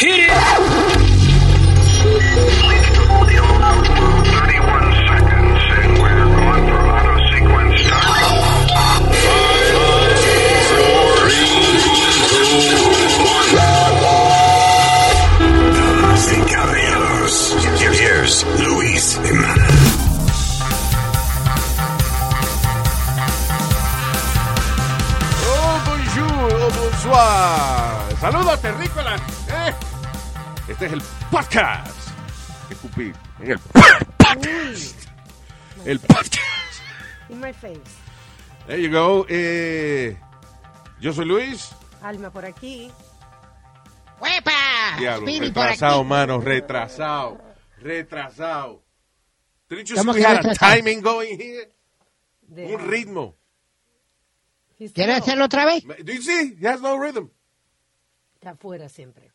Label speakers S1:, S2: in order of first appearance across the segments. S1: Hit it!
S2: Damas y caballeros, here's Luis Jimenez.
S3: Oh, bonjour, oh, bonsoir. Saludos, terrícolas. Eh, Este es el podcast. Escupí. En el podcast. El podcast.
S4: In my face.
S3: There you go. Eh, yo soy Luis.
S4: Alma por aquí.
S3: Diablo,
S5: Speedy Ah, por
S3: retrasado,
S5: aquí.
S3: mano. Retrasado. Retrasado. Didn't you see
S5: Estamos
S3: we had a
S5: retrasados.
S3: timing going here?
S4: De-
S3: Un ritmo.
S4: He's
S5: ¿Quieres
S4: slow.
S5: hacerlo otra vez?
S3: Do you see? He has no rhythm.
S4: Está afuera siempre.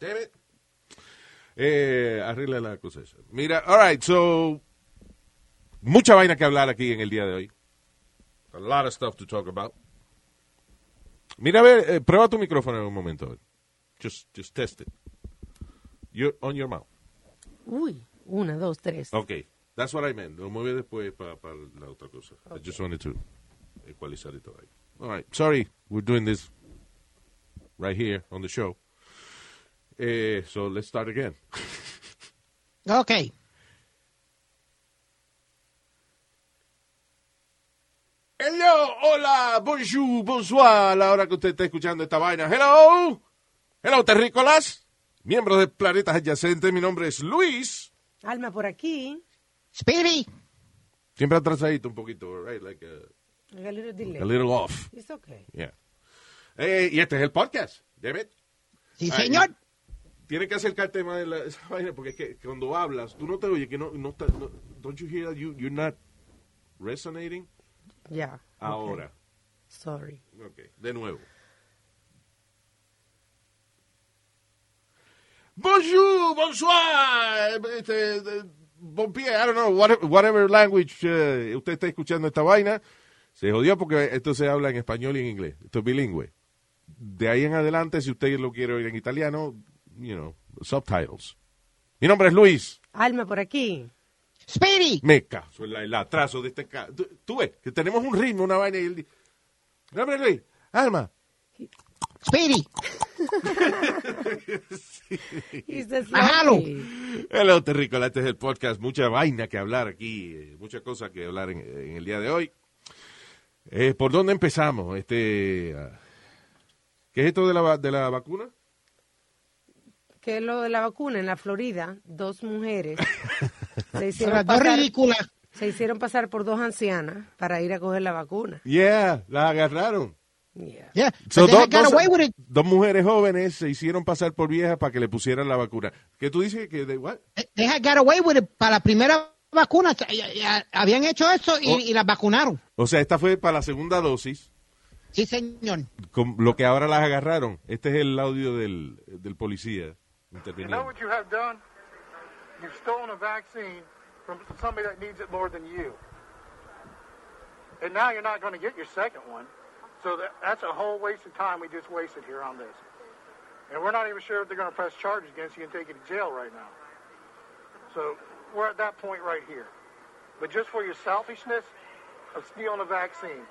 S3: Damn it. Eh, arregla la cosa esa. Mira, all right, so mucha vaina que hablar aquí en el día de hoy. A lot of stuff to talk about. Mira, a ver, eh, prueba tu micrófono en un momento. a ver. Just, just test it. You're on your mouth.
S4: Uy, una, dos, tres.
S3: Okay, that's what I meant. Lo mueve después para la otra cosa. I just wanted to equalizar it all right. All right, sorry, we're doing this right here on the show. Eh, so let's start again.
S5: Ok.
S3: Hello, hola, bonjour, bonsoir, a la hora que usted está escuchando esta vaina. Hello, hello, terrícolas, miembros de Planetas Adyacentes, mi nombre es Luis.
S4: Alma por aquí.
S5: Speedy.
S3: Siempre atrasadito un poquito, right? Like a,
S4: A little delay.
S3: a little off.
S4: It's okay.
S3: Yeah. Eh, y este es el podcast, damn it.
S5: Sí,
S3: Ay,
S5: señor.
S3: Tienes que acercar el tema de la, esa vaina, porque es que cuando hablas, tú no te oyes, que no, no, te- no- don't you hear that you, you're not resonating?
S4: Ya.
S3: Ahora.
S4: Sorry.
S3: Ok, de nuevo. Bonjour, bonsoir, este, de- bon pie, I don't know, whatever, whatever language eh, usted está escuchando esta vaina, se jodió porque esto se habla en español y en inglés, esto es bilingüe. De ahí en adelante, si usted lo quiere oír en italiano, you know, subtitles. Mi nombre es Luis.
S4: Alma por aquí.
S5: Speedy.
S3: Me caso en la- el atraso de este caso. Tú, tú ves, que tenemos un ritmo, una vaina y él dice, mi nombre es Luis, alma.
S5: Speedy.
S4: He's the
S5: Ajalo.
S4: sloppy.
S3: Hello, Terrícola. Este es el podcast. Mucha vaina que hablar aquí. eh, Mucha cosa que hablar en, en el día de hoy. Eh, ¿Por dónde empezamos? Este, ah, ¿Qué es esto de la, va- de la vacuna?
S4: Que es lo de la vacuna en la Florida, dos mujeres se
S5: Se
S4: hicieron
S5: las dos
S4: pasar,
S5: ridículas.
S4: se hicieron pasar por dos ancianas para ir a coger la vacuna.
S3: Yeah, la agarraron.
S4: Yeah.
S5: Yeah.
S3: So,
S5: But they
S3: dos,
S5: got
S3: dos-
S5: Pues away with it.
S3: dos mujeres jóvenes se hicieron pasar por viejas para que le pusieran la vacuna. ¿Qué tú dices? que de, what?
S5: They had got away with it para la primera vacuna. Y- y- y- Habían hecho eso y,
S3: Oh.
S5: y las vacunaron.
S3: O sea, esta fue para la segunda dosis.
S5: Sí, señor.
S3: Con lo que ahora las agarraron. Este es el audio del, del policía.
S6: You
S3: interviniendo.
S6: know what you have done? You've stolen a vaccine from somebody that needs it more than you. And now you're not going to get your second one. So that, that's a whole waste of time we just wasted here on this. And we're not even sure if they're going to press charges against you and take you to jail right now. So we're at that point right here. But just for your selfishness uh, of stealing a vaccine.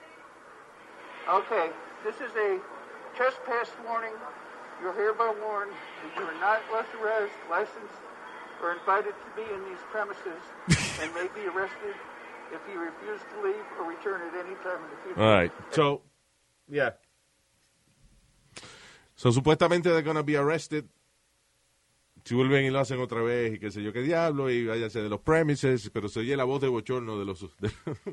S6: Okay, this is a trespass warning. You're hereby warned that you are not authorized, licensed, or invited to be in these premises and may be arrested if you refuse to leave or return at any time in the future.
S3: All right. So, yeah. So, supuestamente they're gonna be arrested. Si vuelven y lo hacen otra vez y qué sé yo qué diablo y váyase de los premises, pero se oye la voz de bochorno de los de,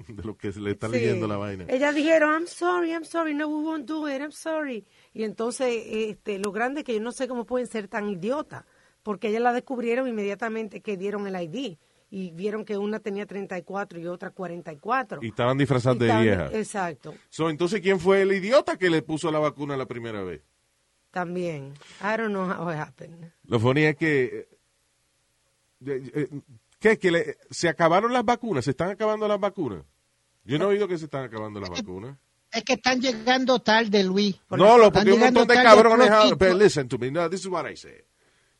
S3: de los que se le están
S4: Sí.
S3: leyendo la vaina.
S4: Ellas dijeron, I'm sorry, I'm sorry, no, we won't do it, I'm sorry. Y entonces, este, lo grande es que yo no sé cómo pueden ser tan idiotas, porque ellas la descubrieron inmediatamente que dieron el ID y vieron que una tenía 34 y otra 44.
S3: Y estaban disfrazadas
S4: Y
S3: de
S4: estaban-
S3: vieja.
S4: Exacto,
S3: So, entonces, ¿quién fue el idiota que le puso la vacuna la primera vez?
S4: también. I don't know how it happened.
S3: Lo funny es que eh, eh, eh, ¿qué? que le- se acabaron las vacunas, se están acabando las vacunas. Yo no he oído que se están acabando las vacunas.
S5: Es que están llegando tarde, Luis.
S3: No, lo, porque hay un
S5: Están
S3: montón de
S5: llegando tarde
S3: cabrones
S5: los
S3: ahora. Pero
S5: chicos.
S3: listen to me. No, this is what I said.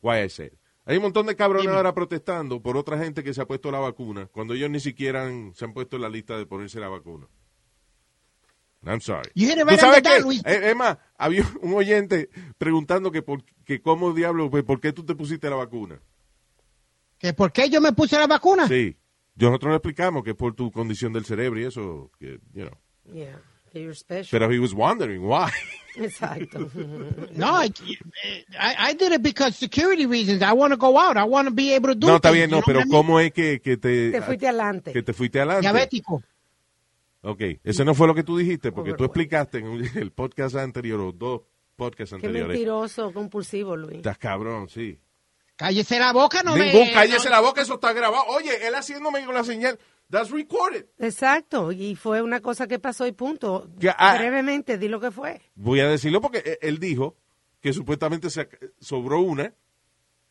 S3: Why I said. Hay un montón de cabrones ahora protestando por otra gente que se ha puesto la vacuna cuando ellos ni siquiera han- se han puesto en la lista de ponerse la vacuna. I'm sorry.
S5: You hit it
S3: ¿Tú
S5: right on
S3: sabes
S5: the dot,
S3: qué?
S5: Luis.
S3: Eh, Es más, había un oyente preguntando que, por, que cómo diablo, pues, ¿por qué tú te pusiste la vacuna?
S5: ¿Que ¿Por qué yo me puse la vacuna?
S3: Sí. Yo- Nosotros le explicamos que es por tu condición del cerebro y eso, que, you know.
S4: Yeah, que you're special.
S3: Pero he was wondering why.
S4: Exacto.
S5: No, I, eh, I, I did it because security reasons. I want to go out. I want to be able to do
S3: No, está
S5: things,
S3: bien,
S5: you
S3: no,
S5: know
S3: pero
S5: what I mean?
S3: ¿cómo es que, que te,
S4: Te fuiste adelante.
S3: que ah, te fuiste adelante?
S5: Diabético.
S3: Ok, ese no fue lo que tú dijiste, porque tú
S4: Overweight.
S5: pues.
S3: explicaste en un- el podcast anterior, o dos podcasts
S4: Qué
S3: anteriores.
S4: mentiroso, compulsivo, Luis.
S3: Estás cabrón, sí.
S5: Cállese la boca, no me...
S3: Ningún, cállese
S5: no-
S3: la boca, eso está grabado. Oye, él haciéndome con la señal, that's recorded.
S4: Exacto, y fue una cosa que pasó y punto.
S3: Ya, ah.
S4: Brevemente, di lo que fue.
S3: Voy a decirlo porque e- él dijo que supuestamente se ac- sobró una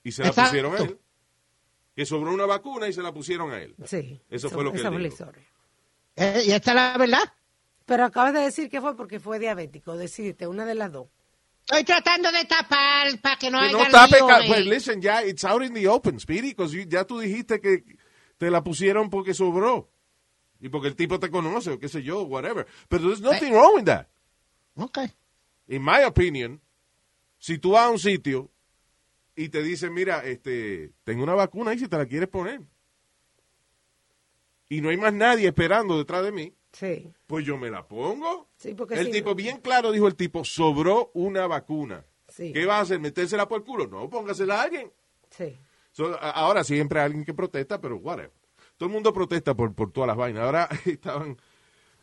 S3: y se la
S5: Exacto.
S3: pusieron a él. Que sobró una vacuna y se la pusieron a él.
S4: Sí.
S3: Eso fue lo que
S4: esa
S3: él
S4: fue la
S3: dijo.
S4: historia.
S5: Eh, y esta es la verdad.
S4: Pero acabas de decir que fue porque fue diabético. Decidiste, una de las dos.
S5: Estoy tratando de tapar para que no
S3: Que
S5: haya
S3: no tape,
S5: lío,
S3: ca-
S5: eh.
S3: pues listen, ya, it's out in the open, Speedy, because you- ya tú dijiste que te la pusieron porque sobró. Y porque el tipo te conoce, o qué sé yo, whatever. Pero there's nothing wrong with that.
S5: Ok.
S3: In my opinion, si tú vas a un sitio y te dicen, mira, este, tengo una vacuna ahí si te la quieres poner. Y no hay más nadie esperando detrás de mí,
S4: Sí.
S3: pues yo me la pongo.
S4: Sí, porque
S3: el
S4: si
S3: tipo,
S4: no-
S3: bien claro, dijo el tipo, sobró una vacuna.
S4: Sí.
S3: ¿Qué vas a hacer? ¿Metérsela por el culo? No, póngasela a alguien.
S4: Sí.
S3: So, a- ahora siempre hay alguien que protesta, pero whatever. Todo el mundo protesta por, por todas las vainas. Ahora estaban.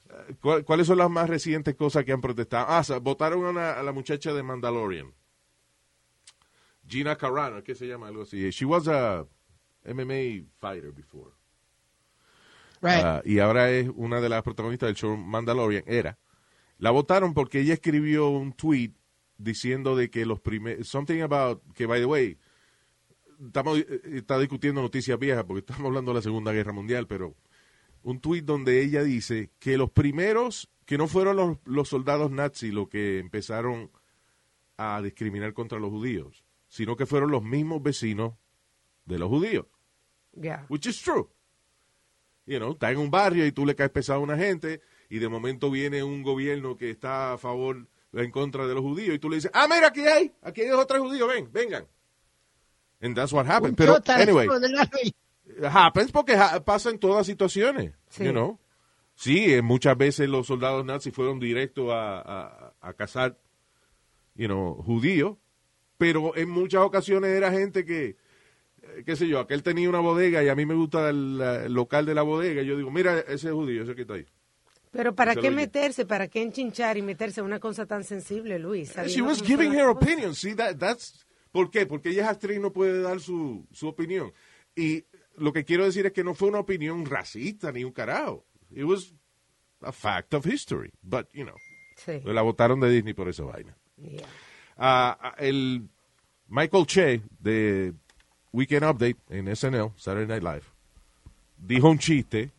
S3: eh, ¿cuál- ¿Cuáles son las más recientes cosas que han protestado? Ah, sa- votaron a, una- a la muchacha de Mandalorian. Gina Carano, ¿qué se llama? Algo así. She was a MMA fighter before.
S5: Right.
S3: Ah, y ahora es una de las protagonistas del show Mandalorian. Era. La votaron porque ella escribió un tweet diciendo de que los primeros. Something about. Que, by the way, estamos, eh, está discutiendo noticias viejas porque estamos hablando de la Segunda Guerra Mundial, pero un tweet donde ella dice que los primeros. Que no fueron los, los soldados nazis los que empezaron a discriminar contra los judíos, sino que fueron los mismos vecinos de los judíos
S4: Ya.
S3: which is true. You know, está en un barrio y tú le caes pesado a una gente y de momento viene un gobierno que está a favor, en contra de los judíos y tú le dices, ah, mira, aquí hay, aquí hay otros judíos, ven, vengan. And that's what happened.
S5: Un
S3: Pero,
S5: chota,
S3: anyway,
S5: de la ley.
S3: happens porque ha- pasa en todas situaciones,
S4: Sí.
S3: you know. Sí, eh, muchas veces los soldados nazis fueron directos a, a, a cazar, you know, judíos, pero en muchas ocasiones era gente que, eh, qué sé yo, aquel tenía una bodega y a mí me gusta el, eh, el local de la bodega, y yo digo, mira, ese es judío, ese que está ahí.
S4: Pero ¿para
S3: Eso
S4: qué
S3: lo-
S4: meterse? ¿Para qué enchinchar y meterse en una cosa tan sensible, Luis?
S3: She
S4: Sabiendo
S3: was
S4: cómo son
S3: giving
S4: las
S3: her
S4: cosas.
S3: opinion. See, that, that's, ¿Por qué? Porque ella es actriz no puede dar su, su opinión. Y lo que quiero decir es que no fue una opinión racista ni un carajo. It was a fact of history. But, you know,
S4: Sí.
S3: la votaron de Disney por esa vaina.
S4: Yeah.
S3: Ah, ah, el Michael Che de Weekend Update en SNL, Saturday Night Live, dijo un chiste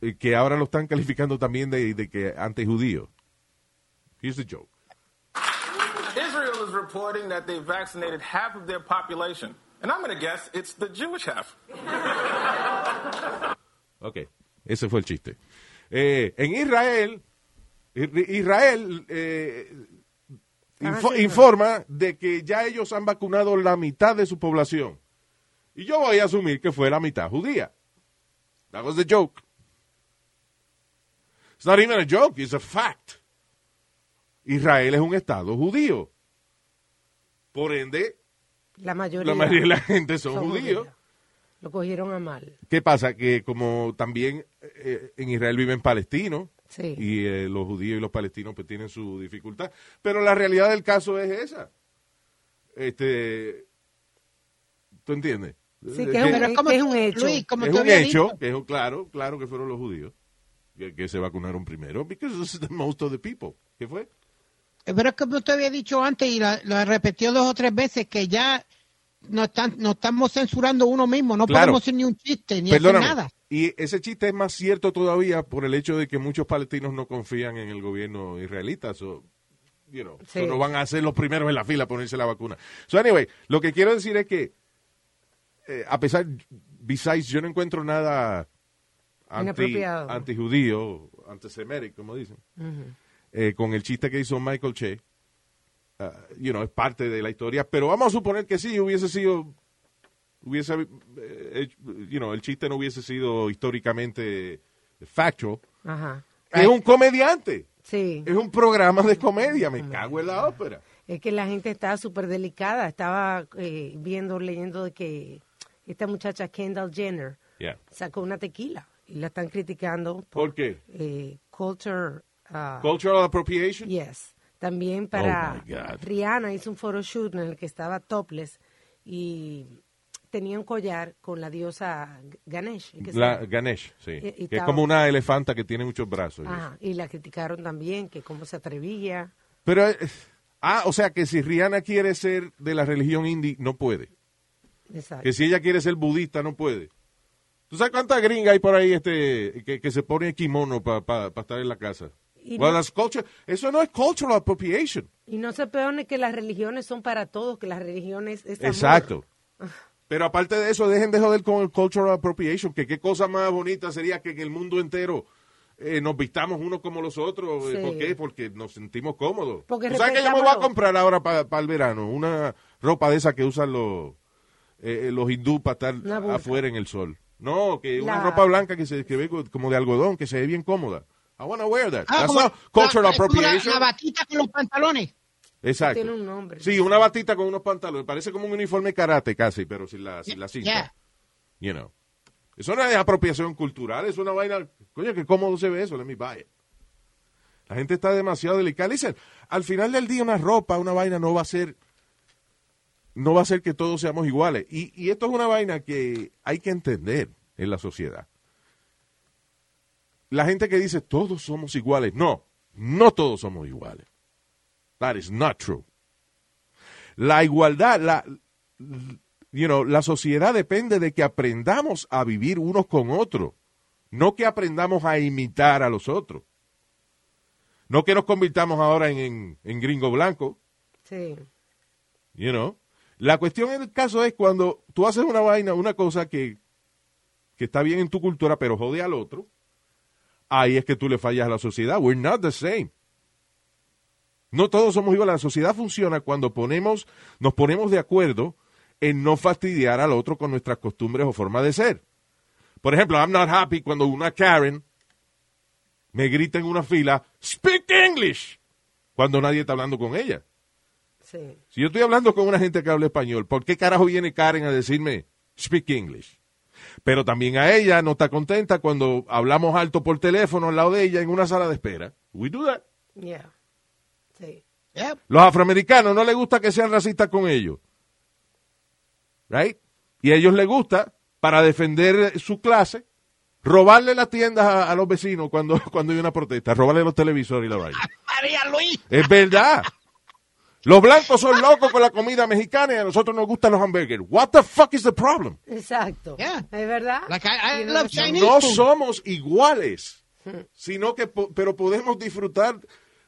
S3: eh, que ahora lo están calificando también de, de que antijudío. Here's the joke.
S1: Israel is reporting that they vaccinated half of their population. And I'm going to guess it's the Jewish half.
S3: Ok, ese fue el chiste. Eh, en Israel, Ir- Israel eh, info- informa de que ya ellos han vacunado la mitad de su población. Y yo voy a asumir que fue la mitad judía. That was the joke. It's not even a joke, it's a fact. Israel es un estado judío. Por ende,
S4: La mayoría.
S3: la mayoría de la gente son,
S4: son
S3: judíos.
S4: judíos. Lo cogieron a mal.
S3: ¿Qué pasa? Que como también eh, en Israel viven palestinos,
S4: Sí.
S3: y eh, los judíos y los palestinos pues tienen su dificultad, pero la realidad del caso es esa. Este, ¿Tú entiendes? Eh,
S4: Sí, que es un-
S5: Pero es como,
S4: Es un hecho.
S5: Luis, como
S3: es
S5: tú
S3: un
S5: habías
S3: hecho,
S5: dicho.
S3: que es un- claro, claro que fueron los judíos que, que se vacunaron primero, because this is the most of the people. ¿Qué fue?
S5: Pero es como usted había dicho antes y la- lo repetió dos o tres veces que ya no están, nos estamos censurando uno mismo, no
S3: Claro.
S5: podemos hacer ni un chiste, ni
S3: Perdóname.
S5: hacer nada.
S3: Y ese chiste es más cierto todavía por el hecho de que muchos palestinos no confían en el gobierno israelita. So, you know,
S4: Sí.
S3: so no van a ser los primeros en la fila a ponerse la vacuna. So, anyway, lo que quiero decir es que, eh, a pesar, besides, yo no encuentro nada anti,
S4: Inapropiado.
S3: antijudío, antisemérico, como dicen, eh, con el chiste que hizo Michael Che. ah, you know, es parte de la historia, pero vamos a suponer que sí, hubiese sido hubiese, eh, hecho- you know, el chiste no hubiese sido históricamente factual.
S4: Ajá.
S3: Es un comediante.
S4: Sí.
S3: Es un programa
S4: Mm.
S3: de comedia. Me cago en la ópera.
S4: Es que la gente está súper delicada. Estaba eh, viendo, leyendo de que esta muchacha Kendall Jenner
S3: Yeah.
S4: sacó una tequila y la están criticando
S3: ¿Por qué?
S4: eh, culture. ah,
S3: Cultural appropriation.
S4: Yes. También para
S3: Oh my God.
S4: Rihanna hizo un photoshoot en el que estaba topless y tenía un collar con la diosa Ganesh. ¿es que se
S3: La-
S4: llama?
S3: Ganesh, sí.
S4: Y- y
S3: que es
S4: estaba-
S3: como una elefanta que tiene muchos brazos. y eso.
S4: Ajá, y la criticaron también, que cómo se atrevía.
S3: Pero, eh, ah, o sea que si Rihanna quiere ser de la religión indie, no puede.
S4: Exacto.
S3: Que si ella quiere ser budista, no puede. ¿Tú sabes cuántas gringas hay por ahí este, que, que se pone kimono para estar en la casa?
S4: Y
S3: Well,
S4: no-
S3: that's culture- eso no es cultural appropriation.
S4: Y no se peone que las religiones son para todos, que las religiones es amor.
S3: Exacto. Pero aparte de eso, dejen de joder con el cultural appropriation, que qué cosa más bonita sería que en el mundo entero eh, nos vistamos unos como los otros. Eh,
S4: Sí.
S3: ¿Por qué? Porque nos sentimos cómodos.
S4: Porque
S3: ¿Tú sabes que yo me voy a
S4: respetámoslo.
S3: comprar ahora para el verano? Una ropa de esa que usan los, eh, los hindú para
S4: Una
S3: estar
S4: burka.
S3: afuera en el sol. No, que una
S4: La-
S3: ropa blanca que se que ve co- como de algodón, que se ve bien cómoda. I wanna wear that.
S5: Ah,
S3: That's
S5: como-
S3: not cultural
S5: la- es como la-
S3: appropriation.
S5: La, batita con los pantalones.
S3: Exacto.
S4: Tiene un nombre.
S3: Sí, una batita con unos pantalones. Parece como un uniforme karate casi, pero sin la, sin la cinta.
S5: Yeah.
S3: You know. Eso no es apropiación cultural, es una vaina. Coño, qué cómodo se ve eso, let me buy it. La gente está demasiado delicada. Dicen, al final del día una ropa, una vaina no va a ser no va a ser que todos seamos iguales. Y, y esto es una vaina que hay que entender en la sociedad. La gente que dice todos somos iguales, no, no todos somos iguales. That is not true. La igualdad, la, you know, la sociedad depende de que aprendamos a vivir unos con otros, no que aprendamos a imitar a los otros. No que nos convirtamos ahora en, en- en gringo blanco,
S4: Sí.
S3: you know. La cuestión en el caso es cuando tú haces una vaina, una cosa que, que está bien en tu cultura, pero jode al otro, ahí es que tú le fallas a la sociedad. We're not the same. No todos somos iguales. La sociedad funciona cuando ponemos, nos ponemos de acuerdo en no fastidiar al otro con nuestras costumbres o forma de ser. Por ejemplo, I'm not happy cuando una Karen me grita en una fila, speak English, cuando nadie está hablando con ella.
S4: Sí.
S3: Si yo estoy hablando con una gente que habla español, ¿por qué carajo viene Karen a decirme speak English? Pero también a ella no está contenta cuando hablamos alto por teléfono al lado de ella en una sala de espera. We do that.
S4: Yeah. Sí.
S5: Yeah.
S3: Los afroamericanos no les gusta que sean racistas con ellos. Right? Y a ellos les gusta, para defender su clase, robarle las tiendas a, a los vecinos cuando, cuando hay una protesta, robarle los televisores y la vaina.
S5: María Luis.
S3: Es verdad. Los blancos son locos con la comida mexicana y a nosotros nos gustan los hamburgues. What the fuck is the problem?
S4: Exacto.
S5: Yeah.
S4: ¿Es verdad?
S5: Like, I- I
S4: Y no
S5: love
S4: lo son.
S5: Chinese.
S3: No somos iguales, sino que po- pero podemos disfrutar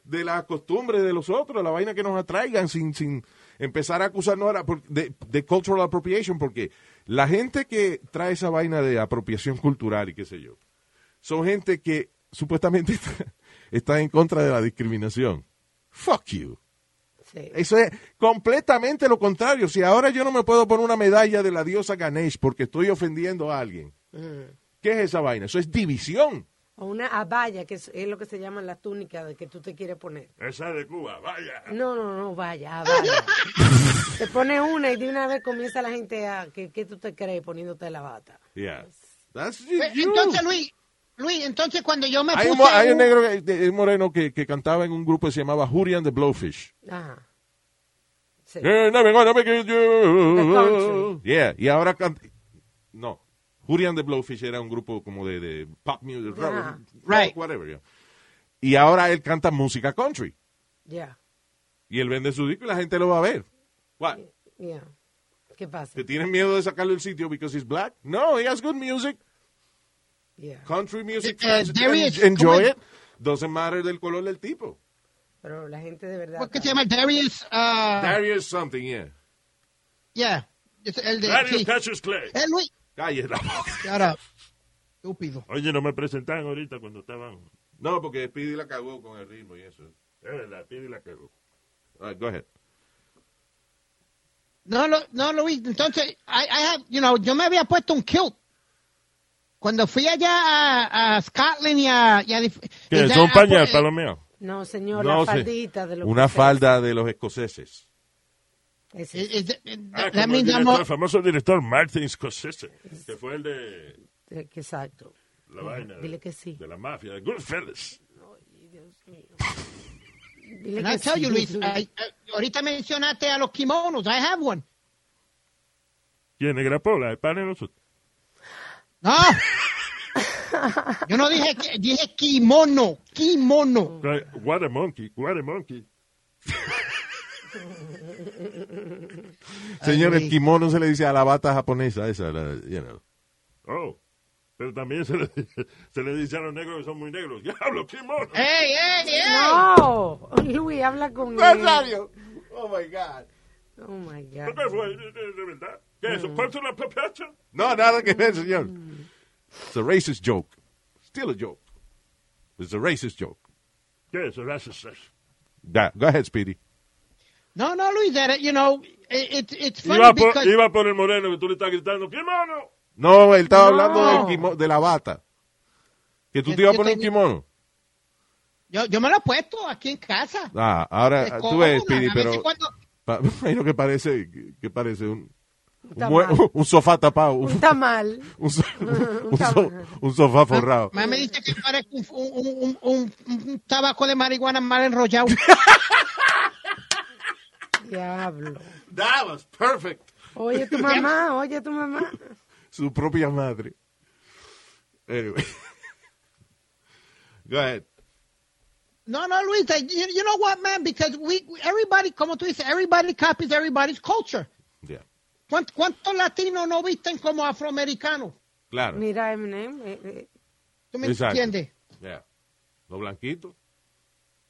S3: de las costumbres de los otros, la vaina que nos atraigan sin sin empezar a acusarnos ahora por- de, de cultural appropriation porque la gente que trae esa vaina de apropiación cultural y qué sé yo, son gente que supuestamente está, está en contra de la discriminación. Fuck you.
S4: Sí.
S3: Eso es completamente lo contrario. Si ahora yo no me puedo poner una medalla de la diosa Ganesh porque estoy ofendiendo a alguien, ¿qué es esa vaina? Eso es división.
S4: O una abaya, que es, es lo que se llama la túnica de que tú te quieres poner.
S3: Esa de Cuba, vaya.
S4: No, no, no, vaya, abaya. te pone una y de una vez comienza la gente a... ¿Qué, qué tú te crees poniéndote la bata?
S3: Yeah. That's
S5: Pues,
S3: you.
S5: Entonces, Luis, Luis, entonces cuando yo me
S3: Hay un,
S5: puse
S3: mo- hay un
S5: un-
S3: negro, que- de- un moreno que, que cantaba en un grupo que se llamaba Hurian the Blowfish.
S4: Ajá. Sí.
S3: Yeah, no me gonna make it you.
S4: country.
S3: Yeah, y ahora canta. No. Hurian the Blowfish era un grupo como de, de pop music, rock,
S4: Yeah.
S3: rock,
S5: Right.
S3: whatever. yeah. Y ahora él canta música country.
S4: Ya.
S3: Y él vende su disco y la gente lo va a ver. What?
S4: Ya. ¿Qué pasa?
S3: ¿Te tienen miedo de sacarlo del sitio because he's black? No, he has good music.
S4: Yeah.
S3: Country music.
S5: Eh, eh, there he is.
S3: Enjoy
S5: Come on.
S3: it. Doesn't matter del color del tipo.
S4: Pero la gente de verdad.
S5: ¿Qué se llama? Darius. Uh,
S3: Darius something, yeah.
S5: yeah. Es el de.
S3: Darius
S5: sí.
S3: Cassius Clay.
S5: Eh, Luis.
S3: Calle la boca.
S5: Shut up. Estúpido.
S7: Oye, no me presentaban ahorita cuando estaban.
S3: No, porque Speedy la cagó con el ritmo y eso.
S7: Es verdad, pide Eh, la cagó.
S3: All right, go ahead.
S5: No, lo, no, Luis. Entonces, I, I have, you know, yo me había puesto un kilt. Cuando fui allá a, a Scotland y a. Y a dif-
S7: ¿Qué?
S5: y ya-
S7: ¿Son
S5: a-
S7: pañal
S5: eh,
S7: para lo mío?
S4: No, señor,
S3: No
S4: la
S3: sé.
S4: faldita de lo
S3: Una
S4: que sea.
S3: falda de los escoceses.
S4: Ese
S5: eh,
S4: es
S5: eh, eh,
S7: Ah, como
S5: that
S7: el,
S5: means I'm
S7: director,
S5: all-
S7: el famoso director Martin Scorsese, que fue el de
S4: eh, que Exacto.
S7: la vaina. de-
S4: Dile que sí.
S7: De la mafia, de Goodfellas.
S4: Dile
S5: And
S4: que
S5: I tell
S4: sí,
S5: you, Luis,
S4: Luis.
S5: I- I- ahorita mencionaste a los kimonos. I have one.
S7: ¿Quién? Negra Pola, el pan en los
S5: No. Yo no dije, que- dije kimono, kimono.
S7: What a monkey, what a monkey.
S3: Señor, el
S5: Luis.
S3: kimono se le dice a la bata japonesa esa, la- you know.
S7: Oh, pero también se le, se le dice a los negros que son muy negros. ¡Diablo, kimono!
S5: ¡Ey, ey, ey!
S4: No, Luis, habla con él.
S3: Oh my God.
S4: Oh my
S7: ¿Por
S4: God.
S7: qué fue? ¿De, de- de verdad? ¿Qué
S5: Hmm.
S7: es eso? ¿Cultural appropriation?
S3: No, nada que ver, señor. It's a racist joke. Still a joke. It's a racist joke.
S7: ¿Qué es eso? That's a-
S3: Da- Go ahead, Speedy.
S5: No, no, Luis, that, you know, it, it's funny
S7: Iba por,
S5: because...
S7: iba por el moreno que tú le estás gritando, ¡Kimono!
S3: No, él estaba
S4: No.
S3: hablando del kimo- de la bata. Que tú
S5: Yo-
S3: te ibas a
S5: yo
S3: poner un
S5: tenía-
S3: kimono.
S5: Yo, yo me lo he puesto aquí en casa.
S3: Ah,
S5: Es
S3: ahora tú ves,
S5: cómodo,
S3: Speedy,
S5: a veces
S3: pero...
S5: cuando-
S3: pa- me imagino que parece, que parece un, un,
S4: tamal.
S3: buen- un sofá tapado. Un,
S4: Está mal.
S3: un so- un so-
S4: tamal.
S3: un sofá forrado.
S5: Mamá me dice que parece un, un, un, un, un tabaco de marihuana mal enrollado.
S4: Diablo.
S3: That was perfect.
S4: Oye tu mamá, oye tu mamá.
S3: Su propia madre. Anyway. Go ahead.
S5: No, no, Luis, that- you, you know what, man? Because we, everybody, como tú dices, everybody copies everybody's culture.
S3: Yeah.
S5: ¿Cuántos latinos no visten como afroamericanos?
S3: Claro.
S4: Mira, Eminem. eh, eh,
S5: ¿Tú me
S3: Exacto.
S5: entiendes?
S3: Yeah. Los blanquitos.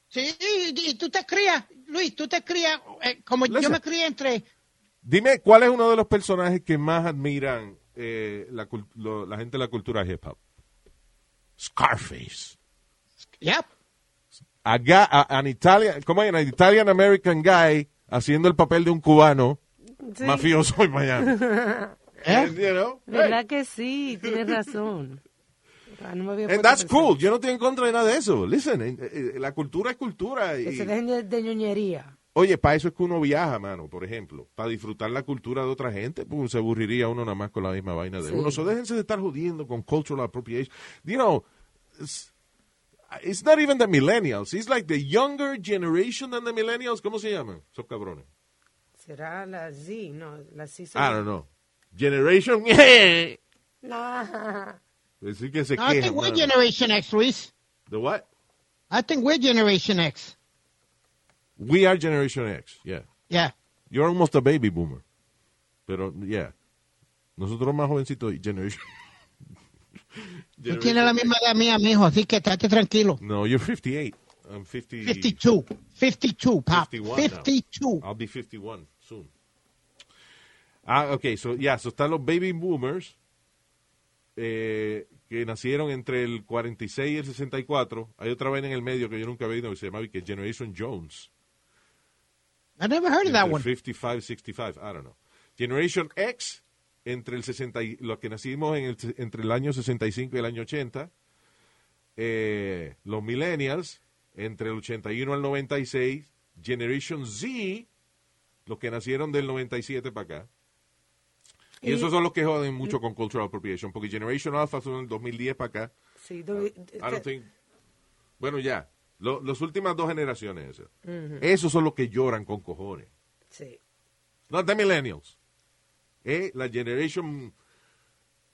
S5: Sí, y, y tú te crías, Luis, tú te crías, eh, como yo
S3: Listen.
S5: me crié entre,
S3: Dime, ¿cuál es uno de los personajes que más admiran eh, la, cul- lo- la gente de la cultura hip hop? Scarface.
S5: yep,
S3: A ga- a- an Italian, ¿cómo hay? An Italian American guy haciendo el papel de un cubano
S4: sí,
S3: mafioso en Miami. And, you know,
S4: ¿Verdad
S3: hey.
S4: que sí? Tienes razón. Ah, no me había
S3: And
S4: puesto a
S3: Eh, that's
S4: pensar.
S3: cool. Yo no estoy en contra de nada de eso. Listen, eh, eh, la cultura es cultura.
S4: Que
S3: y-
S4: se dejen de, de ñoñería.
S3: Oye, para eso es que uno viaja, mano, por ejemplo, para disfrutar la cultura de otra gente, pues se aburriría uno nada más con la misma vaina de
S4: Sí.
S3: uno. So déjense de estar jodiendo con cultural appropriation. You know, it's, it's not even the millennials, it's like the younger generation than the millennials. ¿Cómo se llaman? Esos cabrones.
S4: Será la Z, no, la Z. son-
S3: I don't know. Generation. Decir
S4: Nah.
S3: que se
S5: I
S3: quejan.
S5: think we're
S3: mano.
S5: Generation X, Luis.
S3: The what?
S5: I think we're Generation X.
S3: We are Generation X. Yeah.
S5: Yeah.
S3: You're almost a baby boomer. Pero, yeah. Nosotros más jovencitos, Generation.
S5: Tú tienes la misma edad mía, mijo, así que estate tranquilo.
S3: No, you're 58. I'm 50.
S5: 52, 52, pop,
S3: 51 now.
S5: 52.
S3: I'll be 51 soon. Ah, ok, so, yeah, so están los baby boomers eh, que nacieron entre el 46 y el 64. Hay otra vaina en el medio que yo nunca he visto que se llamaba y que Generation Jones.
S5: I never heard of that
S3: Entre
S5: one.
S3: 55, 65, I don't know. Generation X, entre el 60, y- los que nacimos en el, entre el año 65 y el año 80. Eh, los millennials, entre el 81 al 96. Generation Z, los que nacieron del 97 para acá. Y
S4: Y-
S3: esos son los que joden mucho con cultural appropriation, porque Generation Alpha son del 2010 para acá.
S4: Sí, do-
S3: I don't think- Bueno, ya. Lo- las últimas dos generaciones. esas. Esos son los que lloran con cojones.
S4: sí.
S3: Not the millennials. Eh, la generation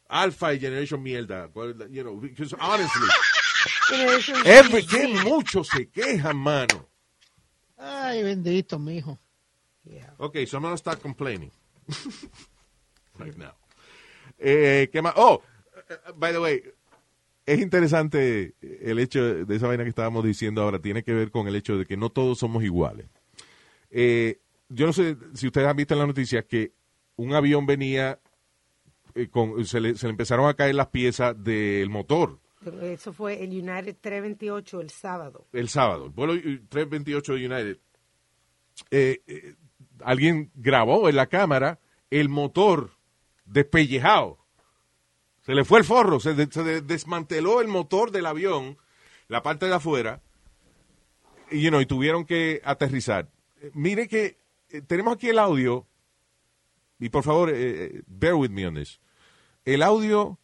S3: alpha y generation mierda. Well, You know, because honestly,
S4: Generation Z,
S3: every day muchos se quejan, mano.
S5: Ay, bendito, mijo.
S4: yeah.
S3: Okay, so I'm going to start complaining. right now. Eh, ¿Qué más? Oh, eh, by the way, es interesante el hecho de esa vaina que estábamos diciendo ahora. Tiene que ver con el hecho de que no todos somos iguales. Eh, yo no sé si ustedes han visto en la noticia que un avión venía, eh, con, se, le, se le empezaron a caer las piezas del motor
S4: Eso fue el United 328 el sábado.
S3: el sábado, el vuelo eh, 328 de United, eh, eh, alguien grabó en la cámara el motor despellejado. Se le fue el forro, se, de- se de- desmanteló el motor del avión, la parte de afuera, y, you know, y tuvieron que aterrizar. Eh, mire que eh, tenemos aquí el audio, y por favor, eh, eh, bear with me on this. El audio,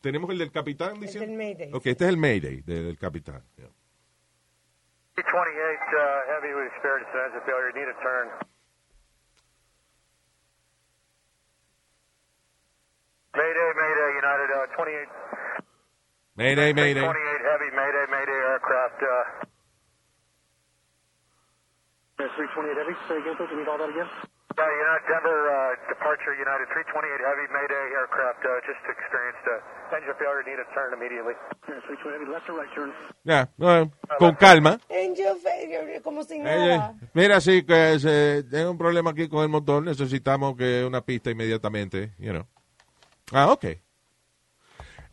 S3: tenemos el del capitán diciendo.
S4: del Mayday.
S3: Ok, este es el Mayday de- del capitán. yeah.
S8: 28 uh, Heavy, we experienced an engine failure. Need a turn. Mayday, Mayday, United uh, 28.
S3: Mayday, Mayday.
S8: 28 Heavy, Mayday, Mayday aircraft. Uh,
S6: 328 Heavy, say again, please. Read all that again.
S8: uh, United Denver uh, departure, United 328 Heavy, Mayday aircraft. Uh, just experienced a engine failure. Need a turn immediately.
S6: 328 Heavy, left or right turn.
S3: Ya, bueno, con calma.
S4: Angel Failure, como si
S3: Eh,
S4: nada.
S3: eh, mira, sí, que se- tengo un problema aquí con el motor. Necesitamos que una pista inmediatamente, you know. Ah, ok.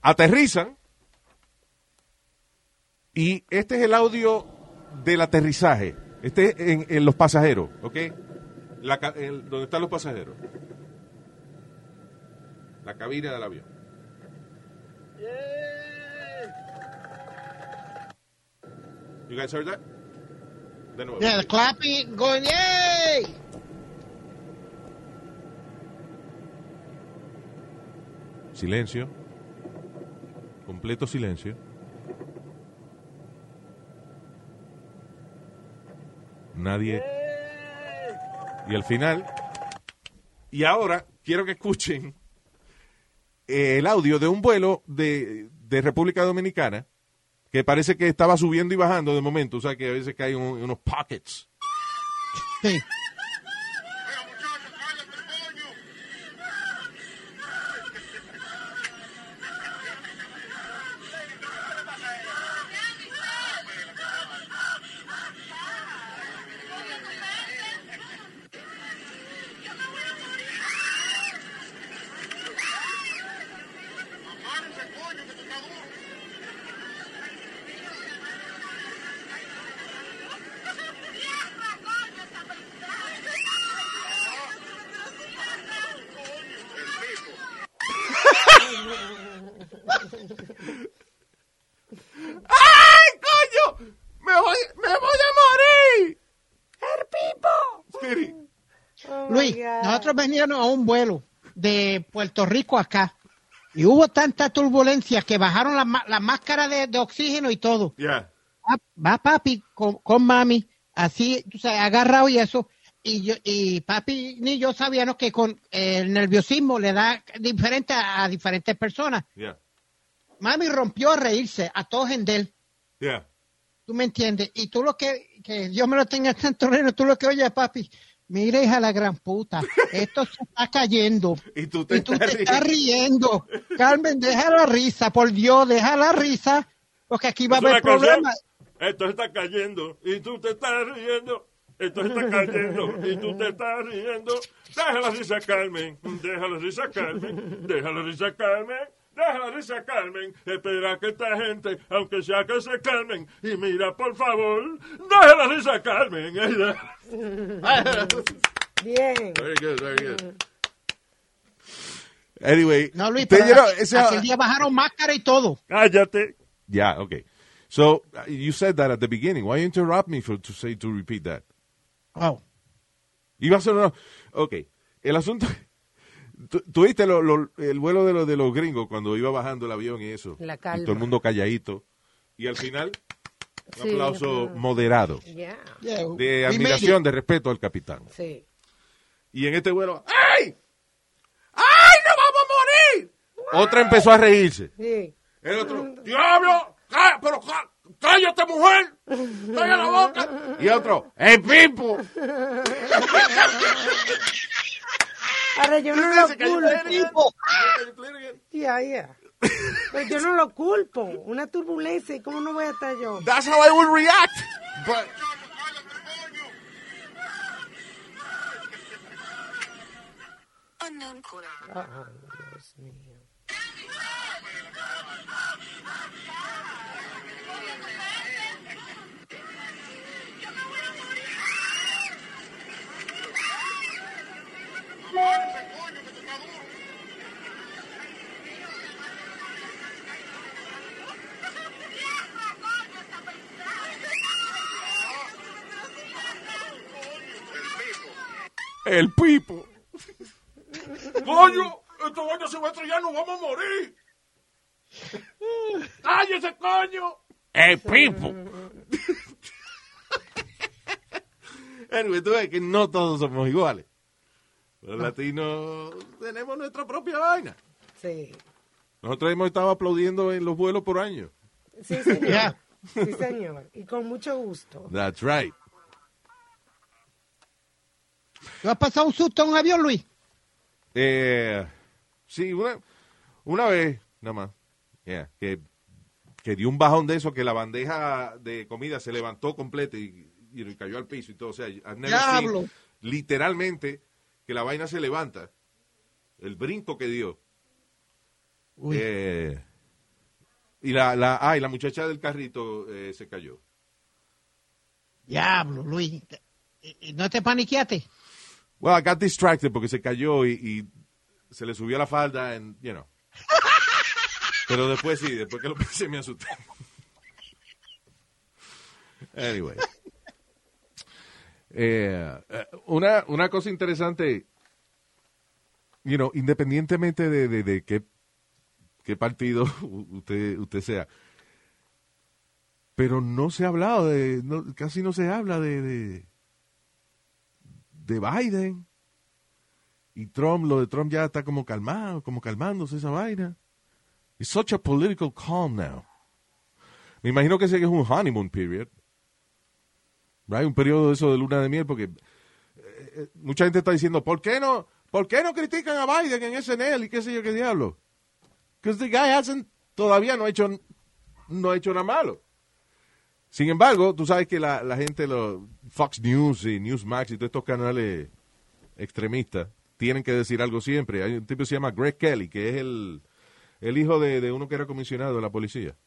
S3: Aterrizan. Y este es el audio del aterrizaje. Este es en, en los pasajeros, ¿ok? La, ca- el- donde están los pasajeros. La cabina del avión. You guys heard that? De nuevo.
S5: Yeah, the clapping, going, yay!
S3: Silencio. Completo silencio. Nadie. Y al final. Y ahora quiero que escuchen eh, el audio de un vuelo de, de República Dominicana que parece que estaba subiendo y bajando de momento. O sea que a veces caen un- unos pockets.
S5: Sí.
S3: ¡Ay, coño! ¡Me voy, me voy a morir! ¡El pipo!
S4: Oh, my
S5: Luis,
S4: God.
S5: nosotros veníamos a un vuelo de Puerto Rico acá y hubo tanta turbulencia que bajaron la, ma- la máscara de, de oxígeno y todo.
S3: Ya.
S5: Va, va papi con, con mami, así, tú sabes, agarrado y eso. Y, yo, y papi ni yo sabíamos que con eh, el nerviosismo le da diferente a, a diferentes personas.
S3: Ya.
S5: Mami rompió a reírse a todos en él.
S3: Ya.
S5: ¿Tú me entiendes? Y tú lo que, que Dios me lo tenga tan torreno, tú lo que oyes, papi, mira hija la gran puta, esto se está cayendo.
S3: Y tú te
S5: Y tú
S3: estás
S5: te estás riendo. Carmen, deja la risa, por Dios, deja la risa, porque aquí va a
S7: Es una
S5: haber
S7: canción.
S5: problemas.
S7: Esto está cayendo y tú te estás riendo. Esto está cayendo y tú te estás riendo. Déjala risa, Carmen. Déjala risa, Carmen. Déjala risa, Carmen. Déjala risa, Carmen. Espera que esta gente, aunque sea que se calmen. Y mira, por favor, déjala risa, Carmen.
S4: Bien.
S3: Very good, very good. Anyway,
S5: No, Luis,
S3: te
S5: pero
S3: dieron
S5: aquel-
S3: ese-
S5: aquel día bajaron máscara y todo.
S7: Cállate.
S3: Yeah, okay. So uh, you said that at the beginning. Why interrupt me for to say to repeat that?
S5: Wow.
S3: Iba a ser una... Ok, el asunto... tú- Tuviste lo- lo- el vuelo de, los de los gringos cuando iba bajando el avión y eso.
S4: La
S3: Y
S4: calma.
S3: todo el mundo calladito. Y al final, un
S4: Sí,
S3: aplauso
S4: ajá.
S3: moderado.
S4: Yeah.
S5: Yeah, we
S3: De
S5: made it.
S3: admiración, de respeto al capitán.
S4: Sí.
S3: Y en este vuelo, ¡ay! ¡Ay, no vamos a morir! Otra empezó a reírse.
S4: Sí.
S3: El otro, ¡diablo! ¡Cá- ¡Pero cá- cállate, mujer! ¡Cállate la boca! Y otro, ¡el pipo!
S4: Ahora yo no lo culpo.
S5: Tipo,
S4: Yeah, yeah. Pero yo no lo culpo. Una turbulencia, ¿y cómo no voy a estar yo?
S3: That's how I would react. But
S9: Unknown caller.
S4: Ah, Dios mío.
S3: el pipo.
S7: ¡Coño! ¡Este coño se va a estrellar! ¡Nos vamos a morir! ¡Cállese, coño!
S3: El pipo. anyway, tú ves que no todos somos iguales. Los latinos tenemos nuestra propia vaina.
S4: Sí.
S3: Nosotros hemos estado aplaudiendo en los vuelos por año.
S4: Sí, señor.
S5: Yeah.
S4: Sí, señor. Y con mucho gusto.
S3: That's right.
S5: ¿Tú has pasado un susto en un avión, Luis?
S3: Eh, sí, una, una vez, nada más, yeah, que, que dio un bajón de eso, que la bandeja de comida se levantó completa y, y cayó al piso y todo. O sea, I've never seen,
S5: Diablo.
S3: literalmente, que la vaina se levanta. El brinco que dio.
S5: Uy.
S3: Eh, y la, la, ah, y la muchacha del carrito eh, se cayó.
S5: Diablo, Luis. ¿Y- y ¿No te paniqueaste?
S3: Well, I got distracted porque se cayó y, y se le subió la falda, and, you know. Pero después sí, después que lo pensé me asusté. Anyway. Eh, eh, una, una cosa interesante, you know, independientemente de, de, de qué, qué partido u- usted, usted sea, pero no se ha hablado de, no- casi no se habla de- de de Biden y Trump, lo de Trump ya está como calmado, como calmándose esa vaina. It's such a political calm now. Me imagino que ese que es un honeymoon period. Right, un periodo de eso de luna de miel porque eh, eh, mucha gente está diciendo, ¿por qué no? ¿Por qué no critican a Biden en SNL y qué sé yo qué diablo? Because the guy hasn't todavía no ha hecho no ha hecho nada malo. Sin embargo, tú sabes que la, la gente, los Fox News y Newsmax y todos estos canales extremistas tienen que decir algo siempre. Hay un tipo que se llama Greg Kelly, que es el, el hijo de, de uno que era comisionado de la policía.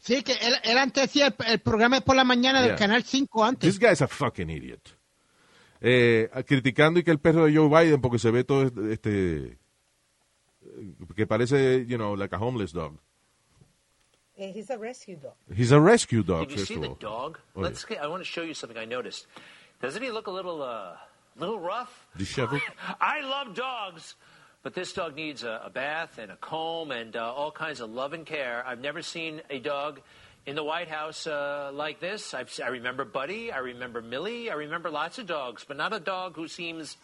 S5: Sí, que él, él antes hacía el, el programa de por la mañana
S3: Yeah.
S5: del Canal 5 antes.
S3: This guy is a fucking idiot. Eh, criticando y que el perro de Joe Biden porque se ve todo este eh, que parece, you know, like a homeless dog.
S4: Eh, he's a rescue dog.
S3: He's a rescue dog.
S10: Did you
S3: first
S10: see
S3: of
S10: the
S3: all.
S10: dog?
S3: Oh,
S10: Let's. Get, I want to show you something I noticed. Doesn't he look a little, uh, little rough?
S3: Disheveled.
S10: I love dogs, but this dog needs a, a bath and a comb and uh, all kinds of love and care. I've never seen a dog in the White House uh, like this. I've, si remember Buddy. I remember Millie. I remember lots of dogs, but not a dog who seems.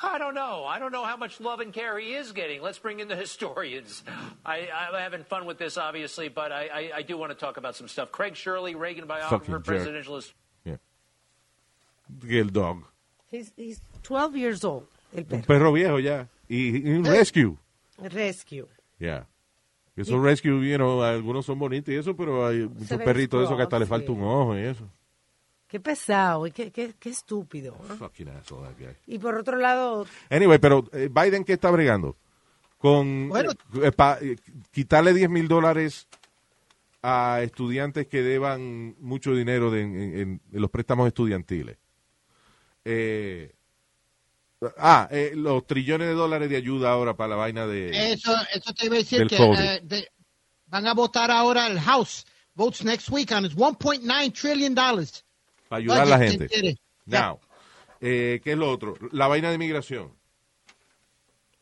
S10: I don't know. I don't know how much love and care he is getting. Let's bring in the historians. I, I'm having fun with this, obviously, but I, I, I do want to talk about some stuff. Craig Shirley, Reagan biographer,
S3: Fucking jerk.
S10: presidential historian.
S3: Yeah. Que El dog.
S4: He's, he's 12 years old, el
S3: Un
S4: perro.
S3: perro viejo ya. Y, y un
S10: Eh.
S3: rescue.
S4: Rescue.
S3: Yeah. Esos rescue, you know, algunos son bonitos y eso, pero hay muchos
S4: ven
S3: perritos de esos que hasta le
S4: scruffy.
S3: falta un ojo y eso.
S4: Qué pesado y qué, qué, qué estúpido. ¿eh?
S3: Fucking asshole, that guy.
S4: Y por otro lado,
S3: Anyway, pero eh, Biden, ¿qué está bregando? Con
S5: Bueno.
S3: eh, pa- eh, quitarle 10 mil dólares a estudiantes que deban mucho dinero de- en, en- en los préstamos estudiantiles. Eh, ah, eh, los trillones de dólares de ayuda ahora para la vaina de...
S5: Eso, eso te iba a decir
S3: Del
S5: que
S3: COVID.
S5: eh, de- van a votar ahora el House. Votes next week on its 1.9 trillion dollars.
S3: para ayudar a la
S5: Budget,
S3: gente.
S5: ¿quién quiere?
S3: Now, eh, ¿qué es lo otro? La vaina de inmigración.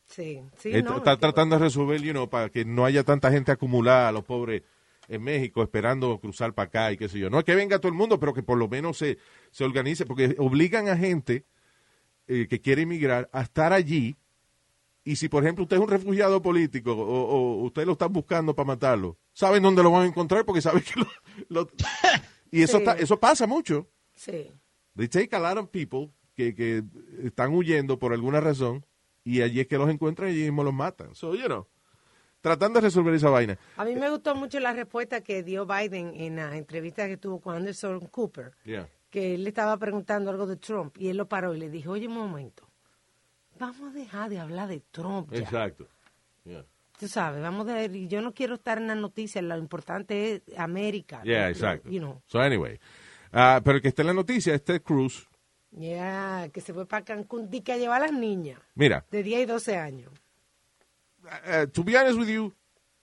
S4: sí, sí,
S3: Eh,
S4: no,
S3: está
S4: es que-
S3: tratando de resolver, you know, para que no haya tanta gente acumulada, los pobres en México esperando cruzar para acá y qué sé yo. No es que venga todo el mundo, pero que por lo menos se, se organice, porque obligan a gente eh, que quiere emigrar a estar allí. Y si, por ejemplo, usted es un refugiado político o, o usted lo está buscando para matarlo, saben dónde lo van a encontrar porque saben que lo... lo- y eso,
S4: Sí.
S3: está- eso pasa mucho.
S4: Sí.
S3: They take a lot of people que, que están huyendo por alguna razón y allí es que los encuentran y allí mismo los matan. So, you know, tratando de resolver esa vaina.
S4: A mí me gustó mucho la respuesta que dio Biden en la entrevista que tuvo con Anderson Cooper,
S3: Yeah.
S4: que él le estaba preguntando algo de Trump y él lo paró y le dijo, oye, un momento, vamos a dejar de hablar de Trump. ya".
S3: Exacto. Yeah.
S4: Tú sabes, vamos a ver, y yo no quiero estar en las noticias, lo importante es América.
S3: Yeah, exacto.
S4: You know.
S3: So, anyway. Ah, pero el que está en la noticia es Ted Cruz.
S4: Yeah, que se fue para Cancún y que a llevar a las niñas
S3: Mira,
S4: de 10 y 12 años.
S3: eh, to be honest with you,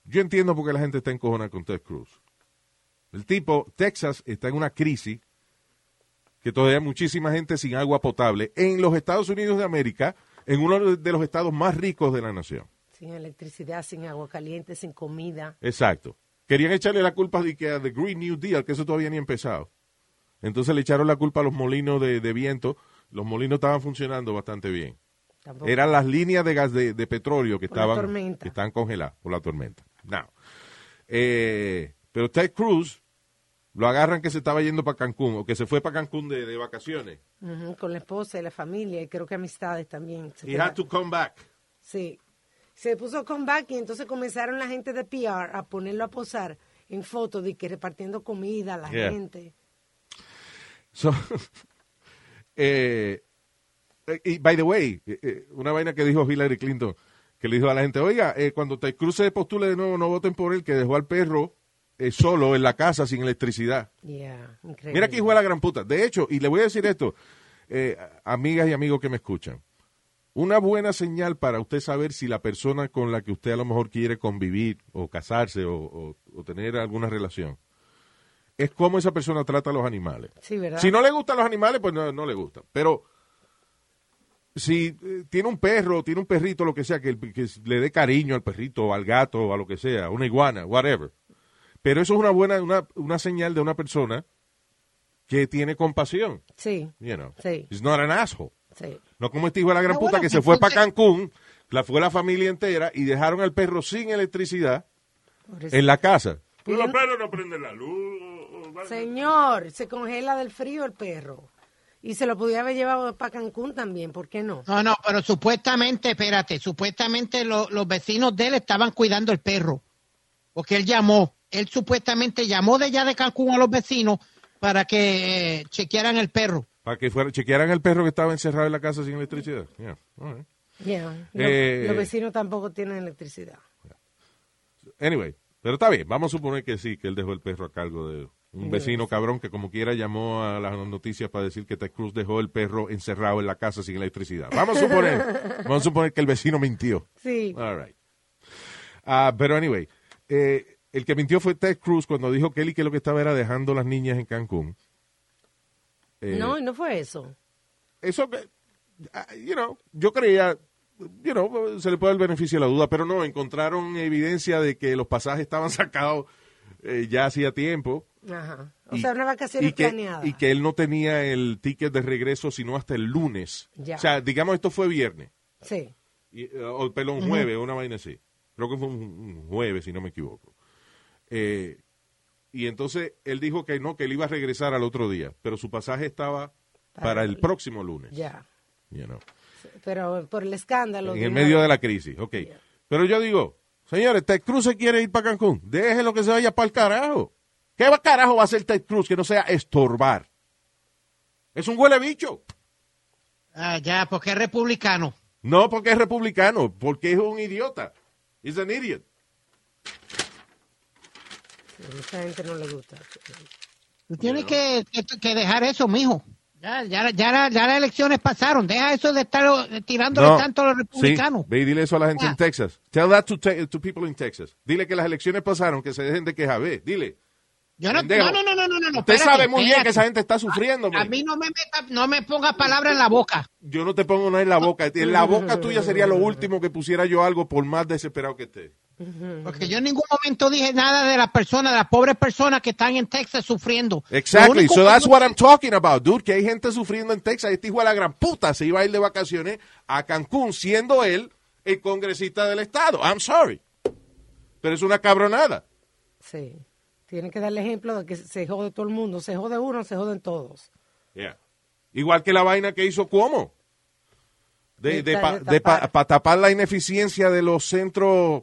S3: yo entiendo por qué la gente está encojonada con Ted Cruz. El tipo, Texas está en una crisis que todavía hay muchísima gente sin agua potable en los Estados Unidos de América, en uno de los estados más ricos de la nación.
S4: Sin electricidad, sin agua caliente, sin comida.
S3: Exacto. Querían echarle la culpa de que a The Green New Deal, que eso todavía ni ha empezado. Entonces le echaron la culpa a los molinos de, de viento. Los molinos estaban funcionando bastante bien.
S4: Tampoco.
S3: Eran las líneas de gas de, de petróleo que
S4: Por la
S3: estaban
S4: tormenta.
S3: que estaban congeladas por la tormenta. Now, eh, pero Ted Cruz lo agarran que se estaba yendo para Cancún o que se fue para Cancún de, de vacaciones.
S4: Ujú, con la esposa y la familia, y creo que amistades también. Se
S3: He
S4: queda-
S3: had to come back.
S4: Sí. Se puso comeback y entonces comenzaron la gente de PR a ponerlo a posar en fotos de que repartiendo comida a la
S3: Yeah.
S4: gente.
S3: So, eh, eh, y by the way, eh, eh, una vaina que dijo Hillary Clinton, que le dijo a la gente, oiga, eh, cuando Ted Cruz se postule de nuevo, no voten por él, que dejó al perro eh, solo en la casa sin electricidad.
S4: Yeah, increíble.
S3: Mira que hijo de la gran puta. De hecho, y le voy a decir esto, eh, amigas y amigos que me escuchan, una buena señal para usted saber si la persona con la que usted a lo mejor quiere convivir o casarse o, o- o tener alguna relación es cómo esa persona trata a los animales.
S4: Sí, ¿verdad?
S3: Si no le gustan los animales, pues no, no le gusta. Pero si eh, tiene un perro, tiene un perrito, lo que sea, que, el- que le dé cariño al perrito, o al gato, o a lo que sea, una iguana, whatever. Pero eso es una buena, una, una señal de una persona que tiene compasión.
S4: Sí,
S3: You know.
S4: Sí.
S3: He's not an asshole.
S4: sí.
S3: No como este hijo de la gran
S5: Ah,
S3: puta
S5: bueno,
S3: que se
S5: pues,
S3: fue
S5: ¿por
S3: para
S5: qué?
S3: Cancún, la fue la familia entera y dejaron al perro sin electricidad
S4: Pobrecito.
S3: en la casa.
S7: Pero los perros no prenden la luz. o- o vaina.
S4: Señor, se congela del frío el perro. Y se lo podía haber llevado para Cancún también, ¿por qué no?
S5: No, no, pero supuestamente, espérate, supuestamente lo- los vecinos de él estaban cuidando el perro. Porque él llamó, él supuestamente llamó de allá de Cancún a los vecinos para que eh, chequearan el perro.
S3: Para que fuera, chequearan al perro que estaba encerrado en la casa sin electricidad. Yeah. All right.
S4: Yeah, lo-
S3: Eh.
S4: Los vecinos tampoco tienen electricidad.
S3: Anyway, pero está bien, vamos a suponer que sí, que él dejó el perro a cargo de un vecino cabrón que como quiera llamó a las noticias para decir que Ted Cruz dejó el perro encerrado en la casa sin electricidad. Vamos a suponer, vamos a suponer que el vecino mintió.
S4: Sí,
S3: All right. Ah, pero anyway, eh, el que mintió fue Ted Cruz cuando dijo que él y que lo que estaba era dejando las niñas en Cancún. Eh,
S4: no, y no fue eso.
S3: Eso, que, ah, you know, yo creía, you know, se le puede dar el beneficio de la duda, pero no, encontraron evidencia de que los pasajes estaban sacados eh, ya hacía tiempo.
S4: Ajá. O
S3: Y-
S4: sea, una vacación
S3: y que,
S4: planeada.
S3: Y que él no tenía el ticket de regreso sino hasta el lunes.
S4: Ya.
S3: O sea, digamos, esto fue viernes.
S4: Sí,
S3: Y, eh, o perdón, jueves, una vaina así. Creo que fue un, un jueves, si no me equivoco. Eh, y entonces él dijo que no, que él iba a regresar al otro día, pero su pasaje estaba para,
S4: Para
S3: el
S4: el-
S3: próximo lunes.
S4: ya.
S3: you know,
S4: Pero por el escándalo.
S3: en
S4: de
S3: el
S4: una
S3: medio
S4: vez.
S3: de la crisis, ok. Pero yo digo, señores, Ted Cruz se quiere ir para Cancún, déjelo que se vaya para el carajo. ¿Qué va- carajo va a hacer Ted Cruz que no sea estorbar? Es un huele bicho.
S5: Ah, ya, porque es republicano.
S3: No porque es republicano, porque es un idiota. He's an idiot.
S4: A mucha gente no le gusta.
S5: Tú tienes que, que- que dejar eso, mijo. Ya, ya, ya, la- ya las elecciones pasaron. Deja eso de estar eh, tirándole tanto a los republicanos. Ah.
S3: Sí, ve y dile eso a la gente
S5: Ya.
S3: en Texas. Tell that to, te- to people in Texas. Dile que las elecciones pasaron, que se dejen de quejar. Ve, dile.
S5: Yo no,
S3: Pendejo.
S5: no, no, no, no, no, no,
S3: Usted
S5: espérate,
S3: sabe muy bien
S5: espérate.
S3: que esa gente está sufriendo.
S5: A
S3: man.
S5: mí no me, meta- no me pongas palabras en la boca.
S3: Yo no te pongo nada en la boca. En la boca tuya sería lo último que pusiera yo algo por más desesperado que esté.
S5: Porque yo en ningún momento dije nada de las personas, de las pobres personas que están en Texas sufriendo. Lo
S3: Exactly.
S5: único
S3: So
S5: que
S3: that's
S5: yo-
S3: what I'm talking about, dude. Que hay gente sufriendo en Texas. Este hijo de la gran puta se iba a ir de vacaciones a Cancún, siendo él el congresista del estado. I'm sorry. Pero es una cabronada.
S4: Sí. Tienen que darle ejemplo de que se jode todo el mundo. Se jode uno, se joden todos.
S3: Igual que la vaina que hizo Cuomo. de,
S4: De
S3: de
S4: ta-
S3: pa-
S4: de
S3: de pa-
S4: tapar.
S3: pa tapar la ineficiencia de los centros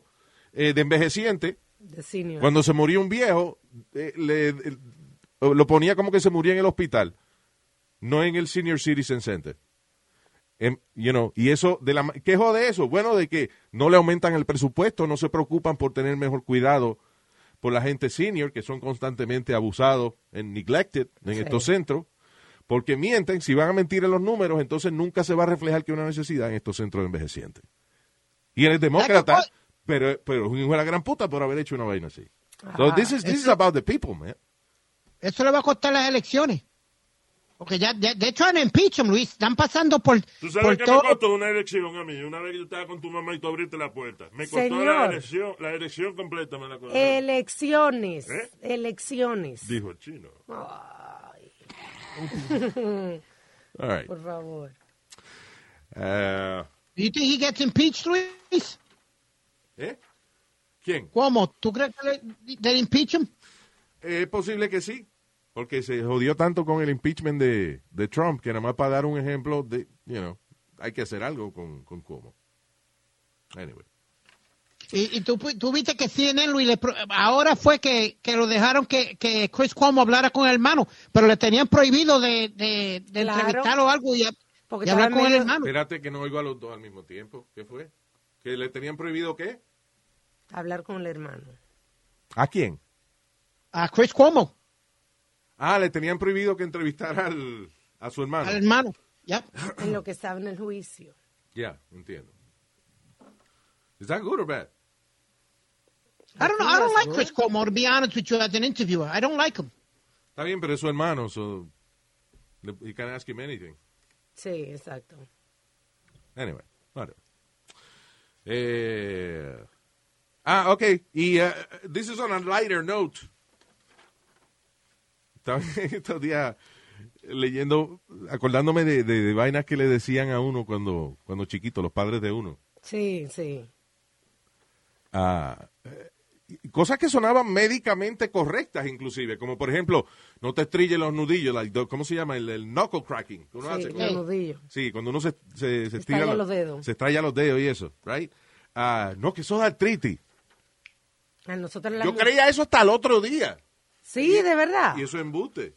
S3: eh, de envejecientes.
S4: de senior.
S3: Cuando se murió un viejo, eh, le- eh, lo ponía como que se murió en el hospital, no en el Senior Citizen Center. Em, you know, y eso, de la, ma- ¿qué jode eso? Bueno, de que no le aumentan el presupuesto, no se preocupan por tener mejor cuidado por la gente senior, que son constantemente abusados en neglected en
S4: Sí.
S3: estos centros, porque mienten, si van a mentir en los números, entonces nunca se va a reflejar que hay una necesidad en estos centros de envejecientes. Y eres demócrata, pero, pero es un hijo de la gran puta por haber hecho una vaina así. So
S5: Ajá.
S3: this is, this is about the people, man.
S5: Eso le va a costar las elecciones. Porque ya, ya de hecho, han impeachment, Luis. Están pasando por,
S7: ¿Tú
S5: por
S7: sabes qué
S5: todo.
S7: me costó una elección a mí? Una vez que yo estaba con tu mamá y tú abriste la puerta. Me costó la
S4: Señor.
S7: elección, la elección completa me la costó.
S4: Elecciones.
S7: ¿Eh?
S4: Elecciones.
S7: Dijo el chino.
S3: All right.
S4: Por favor.
S3: Uh,
S5: Do you think he gets impeached, Luis?
S3: ¿Eh? ¿Quién?
S5: ¿Cómo? ¿Tú crees que le, del impeachment?
S3: Es posible que sí, porque se jodió tanto con el impeachment de, de Trump, que nada más para dar un ejemplo de, you know, hay que hacer algo con, con cómo. Anyway.
S5: Y, y tú, pu- tú viste que CNN, Luis, le pro- ahora fue que, que lo dejaron que, que Chris Cuomo hablara con el hermano, pero le tenían prohibido de, de, de
S4: Claro.
S5: entrevistar o algo y,
S4: Porque
S5: y hablar
S4: estaba
S5: con el
S4: medio-
S5: hermano.
S3: Espérate que no oigo a los dos al mismo tiempo. ¿Qué fue? ¿Que le tenían prohibido qué?
S4: Hablar con el hermano.
S3: ¿A quién?
S5: A Chris Cuomo,
S3: Ah, le tenían prohibido que entrevistara al, a su hermano.
S5: al hermano. ya
S4: En lo que estaba en el juicio.
S3: Ya, entiendo. ¿Es that good or bad?
S5: I don't know. I don't like Chris Cuomo, to be honest with you, as an interviewer. I don't like him.
S3: Está bien, pero es su hermano, so le- he can ask him anything.
S4: Sí, exacto.
S3: Anyway, whatever. Eh, ah, ok. Y eh, this is on a lighter note. Estaba estos días leyendo, acordándome de, de- de vainas que le decían a uno cuando, cuando chiquito, los padres de uno.
S4: Sí, sí.
S3: Ah, eh, cosas que sonaban médicamente correctas, inclusive, como por ejemplo, no te estrilles los nudillos, like, do- ¿cómo se llama? El, el knuckle cracking. que uno hace
S4: Sí,
S3: con-
S4: los nudillos.
S3: Sí, cuando uno se, se, se estira
S4: estalla los dedos.
S3: Se estalla los dedos y eso, right? Ah, no, que eso es artritis.
S4: A nosotros las
S3: Yo
S4: mu-
S3: creía eso hasta el otro día.
S4: Sí, de verdad.
S3: Y eso es embuste.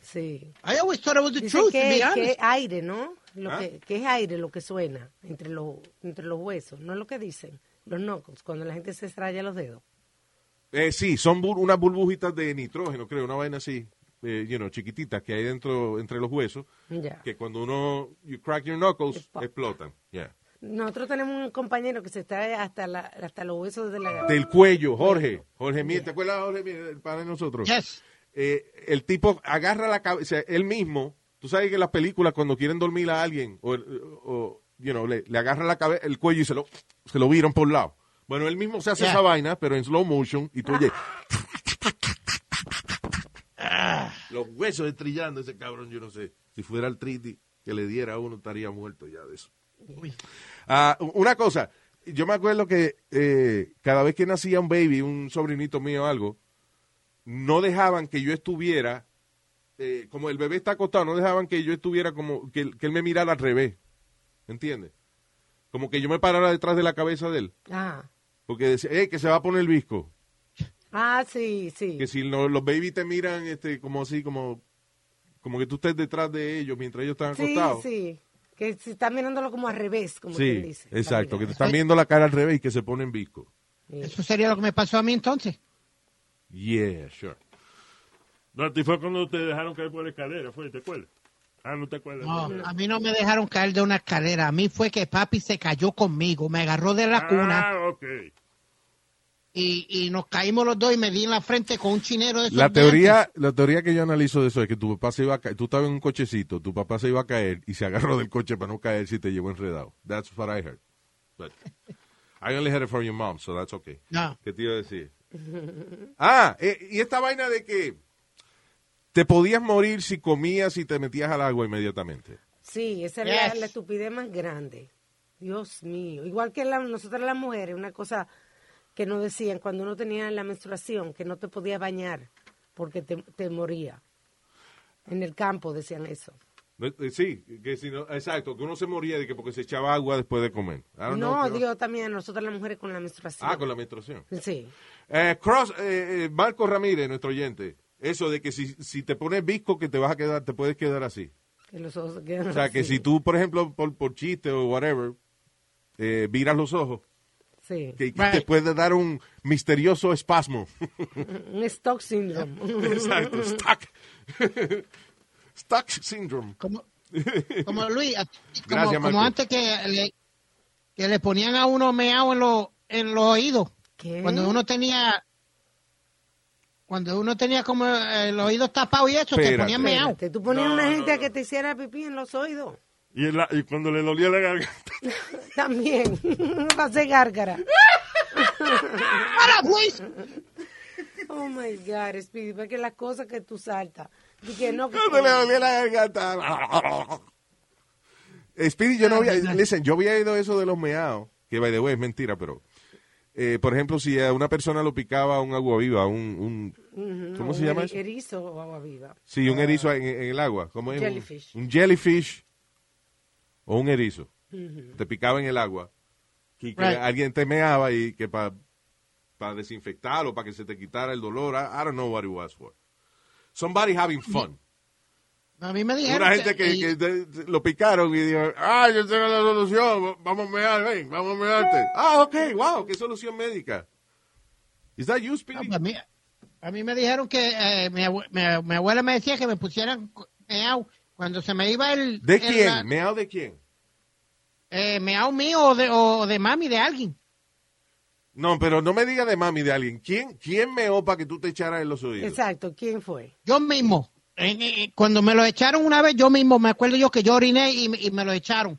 S4: Sí.
S5: I always thought it was the
S4: Dice
S5: truth, to
S4: que,
S5: be honest.
S4: que es aire, ¿no? Lo
S3: ¿Ah?
S4: que, que es aire lo que suena entre los, entre los huesos, no es lo que dicen los knuckles, cuando la gente se estralla los dedos.
S3: Eh, sí, son bur- unas burbujitas de nitrógeno, creo, una vaina así, eh, you know, chiquititas que hay dentro, entre los huesos,
S4: Ya.
S3: que cuando uno, you crack your knuckles,
S4: Epa.
S3: explotan. Yeah.
S4: Nosotros tenemos un compañero que se estralla hasta, la, hasta los huesos de la garganta.
S3: del cuello, Jorge. Jorge Mier, ¿te acuerdas, Jorge Mier, el padre de nosotros?
S5: Yes.
S3: Eh, el tipo agarra la cabeza, él mismo, tú sabes que en las películas cuando quieren dormir a alguien, o, o, you know, le, le agarra la cabeza, el cuello y se lo, se lo viran por un lado. Bueno, él mismo se hace
S5: Yeah.
S3: esa vaina, pero en slow motion, y tú oyes... Los huesos estrillando ese cabrón, yo no sé. Si fuera el triti que le diera a uno, estaría muerto ya de eso. Ah, una cosa, yo me acuerdo que eh, cada vez que nacía un baby, un sobrinito mío o algo, no dejaban que yo estuviera, eh, como el bebé está acostado, no dejaban que yo estuviera como, que, él- que él me mirara al revés, ¿entiendes? Como que yo me parara detrás de la cabeza de él,
S4: Ah.
S3: porque decía, "Ey, que se va a poner el visco,
S4: ah, sí, sí.
S3: que si lo- los baby te miran este, como así, como, como que tú estés detrás de ellos mientras ellos están
S4: Sí,
S3: acostados.
S4: sí. Que si están mirándolo como al revés, como
S3: Sí,
S4: quien dice.
S3: exacto, que te
S4: Está
S3: están viendo la cara al revés y que se ponen visco.
S4: mirando. Sí.
S5: Eso sería lo que me pasó a mí entonces.
S3: Yeah, sure.
S7: No, a ti fue cuando te dejaron caer por la escalera, fue, ¿te acuerdas? Ah, no te acuerdas.
S5: No, a mí no me dejaron caer de una escalera. A mí fue que papi se cayó conmigo, me agarró de la cuna
S7: Ah, ok.
S5: y, y nos caímos los dos y me di en la frente con un chinero de esos
S3: La
S5: de
S3: teoría,
S5: antes.
S3: la teoría que yo analizo de eso es que tu papá se iba a caer, tú estabas en un cochecito, tu papá se iba a caer y se agarró del coche para no caer si te llevó enredado. That's what I heard. But I only heard it from your mom, so that's okay.
S5: No.
S3: ¿Qué te iba a decir? Ah, eh, y esta vaina de que te podías morir si comías y te metías al agua inmediatamente.
S4: Sí, esa es la-
S5: Yes.
S4: la estupidez más grande. Dios mío. Igual que la- nosotras las mujeres, una cosa que nos decían cuando uno tenía la menstruación, que no te podías bañar porque te, te moría. En el campo decían eso.
S3: No, eh, Sí, que si no, exacto, que uno se moría de que porque se echaba agua después de comer. I don't know,
S4: No,
S3: que-
S4: digo también nosotros las mujeres con la menstruación.
S3: Ah, con la menstruación.
S4: Sí.
S3: Eh, Cross, eh, eh, Marco Ramírez, nuestro oyente, eso de que si, si te pones visco que te vas a quedar, te puedes quedar así.
S4: Que los ojos se quedan
S3: O sea, que
S4: así.
S3: si tú, por ejemplo, por, por chiste o whatever, eh, viras los ojos,
S4: Sí.
S3: que, que te puede dar un misterioso espasmo.
S4: Un stock syndrome.
S3: Exacto, stuck. stuck syndrome.
S5: Como, como Luis, así como,
S3: Gracias,
S5: como
S3: Marco.
S5: antes que le, que le ponían a uno meao en, los en los oídos.
S4: ¿Qué?
S5: Cuando uno tenía. Cuando uno tenía como eh, los oídos tapados y eso, te
S3: Espérate.
S5: ponían meao.
S4: Espérate, tú ponías
S7: No,
S4: una
S7: no,
S4: gente a
S7: no.
S4: que te hiciera pipí en los oídos.
S7: Y, el- y cuando le dolía la garganta.
S4: También. Va a ser gárgara.
S5: ¡Para, Luis!
S4: Oh my God, Speedy, porque las cosas que tú saltas. Y que no. que-
S3: Cuando le dolía la garganta. Speedy, yo no había. Listen, yo había oído eso de los meados, que by the way es mentira, pero. eh, por ejemplo, si a una persona lo picaba un agua viva, un. un
S4: No,
S3: ¿Cómo se
S4: un
S3: llama
S4: eri-
S3: eso?
S4: Erizo o agua viva.
S3: Sí, un erizo en, en el agua. ¿Cómo es? Un-
S4: Jellyfish.
S3: Un, jellyfish o un erizo. Te picaba en el agua. Y que
S5: Right.
S3: alguien te meaba y que para desinfectar o para que se te quitara el dolor. I, I don't know what it was for. Somebody having fun.
S5: A mí me dijeron.
S3: Una gente que,
S5: y-
S3: que de- de- lo picaron y dijo, ah, yo tengo la solución, vamos a mear, ven, vamos a mearte. Ah, ok, wow, qué solución médica. ¿Es that you,
S5: no,
S3: Speedy?
S5: pues a, mí, a mí me dijeron que eh, mi, abue- mi- mi abuela me decía que me pusieran cu- meao cuando se me iba el.
S3: ¿De
S5: el- la-
S3: quién? ¿Meao de quién?
S5: eh, meao mío o de, o de mami, de alguien.
S3: No, pero no me diga de mami, de alguien. ¿Quién, quién meó para que tú te echaras en los oídos?
S4: Exacto, ¿quién fue?
S5: Yo mismo. En- en- cuando me lo echaron una vez, yo mismo, me acuerdo yo que yo oriné y, me- y me lo echaron.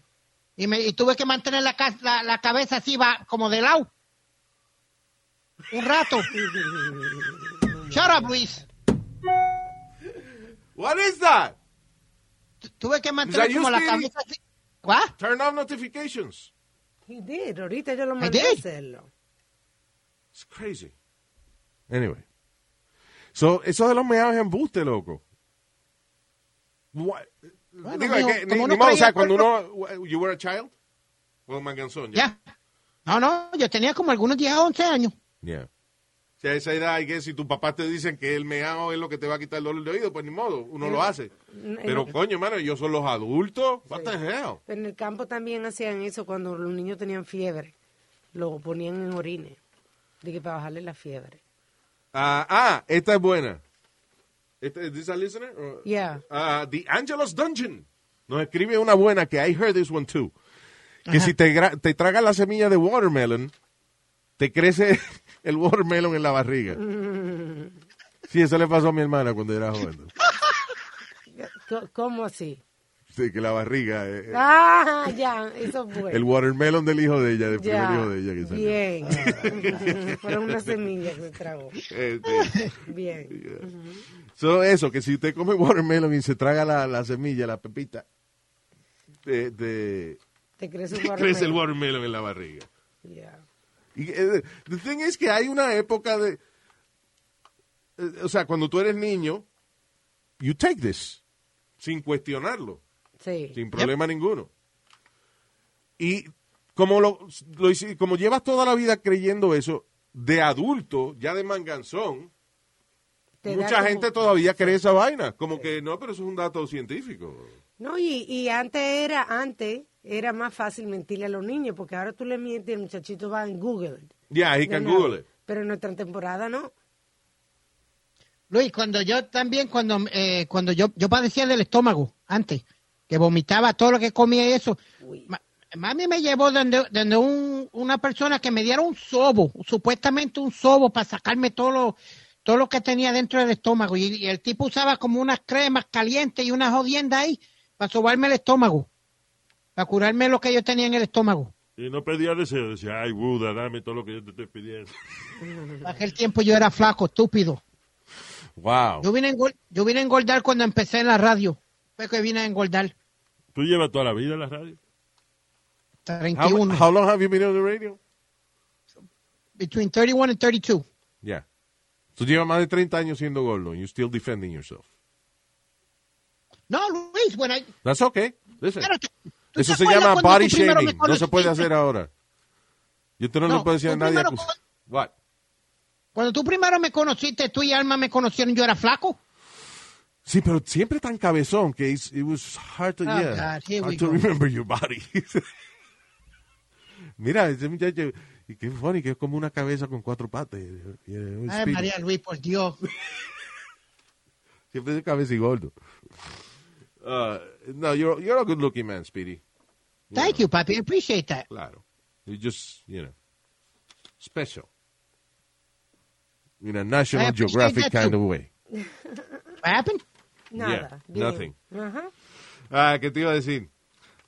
S5: Y, me, y tuve que mantener la, ca- la, la cabeza así, va, como de lado. Un rato. Shut up, Luis.
S3: What is that?
S5: Tu- Tuve que mantener
S3: Is that
S5: como
S3: you,
S5: la
S3: Speedy?
S5: cabeza así. ¿What?
S3: Turn off notifications.
S4: He did. Ahorita yo lo mandé a
S5: did.
S4: hacerlo.
S3: It's crazy. Anyway. So, eso de los meados es embuste, loco. What?
S5: Bueno,
S3: Digo,
S5: mijo,
S3: es que, ni,
S5: como
S3: ni
S5: no
S3: modo, o
S5: traía
S3: sea, cuando uno... You were a child? Well, manganzón, ya.
S5: Ya. No, no, yo tenía como algunos 10 o 11 años.
S3: Yeah. Si a esa edad, hay que si tu papá te dicen que el meao es lo que te va a quitar el dolor de oído, pues ni modo, uno lo hace.
S5: Mm,
S4: no.
S3: Pero
S5: eh,
S3: coño, hermano, ellos son los adultos. What the hell?
S4: Pero en el campo también hacían eso cuando los niños tenían fiebre. Lo ponían en orines. Dije, para bajarle la fiebre.
S3: Ah, ah, esta es buena. Esta, ¿Is this a listener? Or-
S4: Yeah.
S3: Ah, The Angelo's Dungeon. Nos escribe una buena que I heard this one too. Que si te, gra- te tragas la semilla de watermelon, te crece el watermelon en la barriga.
S4: Mm.
S3: Sí, eso le pasó a mi hermana cuando era joven.
S4: Co- ¿Cómo así?
S3: Sí, que la barriga. eh, eh,
S4: Ah, ya, eso fue.
S3: el watermelon del hijo de ella, del primer
S4: ya.
S3: hijo de ella que salió. Ah.
S4: Bien. Fueron una semilla que se tragó.
S3: Este,
S4: Bien.
S3: so, eso, que si usted come watermelon y se traga la, la semilla, la pepita, te- te-
S4: Te crece un
S3: te crece el
S4: guarro.
S3: watermelon en la barriga.
S4: Ya.
S3: Y, eh, the thing es que hay una época de... eh, o sea, cuando tú eres niño, you take this, sin cuestionarlo,
S4: Sí.
S3: sin problema ninguno. Y como, lo, lo hice- como llevas toda la vida creyendo eso, de adulto, ya de manganzón,
S4: Te da
S3: mucha
S4: como-
S3: gente todavía cree esa vaina. Como que no, pero eso es un dato científico.
S4: No, y, y antes era, antes era más fácil mentirle a los niños, porque ahora tú le mientes y el muchachito va en Google.
S3: Yeah, he
S4: De
S3: can
S4: nuevo.
S3: Google it.
S4: Pero en nuestra temporada no.
S5: Luis, cuando yo también, cuando, eh, cuando yo, yo padecía del estómago antes, que vomitaba todo lo que comía y eso, ma- mami me llevó donde, donde un- una persona que me diera un sobo, supuestamente un sobo para sacarme todo lo, todo lo que tenía dentro del estómago. Y, y el tipo usaba como unas cremas calientes y una jodienda ahí para sobarme el estómago, para curarme lo que yo tenía en el estómago.
S7: Y no pedía deseo. Decía, ay, Buda, dame todo lo que yo te estoy pidiendo.
S5: Para aquel tiempo yo era flaco, estúpido.
S3: Wow.
S5: Yo vine a engol- yo vine a engordar cuando empecé en la radio. Fue que vine a engordar.
S7: ¿Tú llevas toda la vida en la radio?
S3: How,
S5: 31.
S3: how long have you been on the radio?
S5: between 31 and 32.
S3: Yeah. Tú llevas más de 30 años siendo gordo and you're still defending yourself.
S5: No, Luis, face when I.
S3: That's okay. Listen.
S5: Claro que- ¿tú te
S3: Eso se
S5: acuerdas
S3: llama
S5: cuando
S3: body
S5: tú primero me
S3: shaming. No se puede
S5: conociste?
S3: hacer ahora. Y usted no,
S5: No,
S3: le puede decir a
S5: tú
S3: nadie.
S5: primero
S3: acus-
S5: con-
S3: What?
S5: Cuando tú primero me conociste, tú y Alma me conocieron, yo era flaco.
S3: Sí, pero siempre tan cabezón que it's- it was hard to,
S5: Oh,
S3: yeah,
S5: God, here
S3: hard
S5: we
S3: to
S5: go.
S3: remember your body. Mira, ese muchacho, y qué funny, que es como una cabeza con cuatro patas. Y- y- y-
S5: Ay,
S3: espina.
S5: María Luis, por Dios.
S3: Siempre es cabeza y gordo. Uh, no, you're, you're a good looking man, Speedy.
S5: Thank you, papi. I appreciate that.
S3: Claro. You just, you know, special. In a
S5: I
S3: National
S5: appreciate
S3: Geographic
S5: that
S3: kind
S5: too.
S3: of way.
S5: What happened?
S4: Nada.
S3: Yeah,
S4: bien.
S3: nothing.
S4: Ajá.
S3: Ah, ¿qué te iba a decir?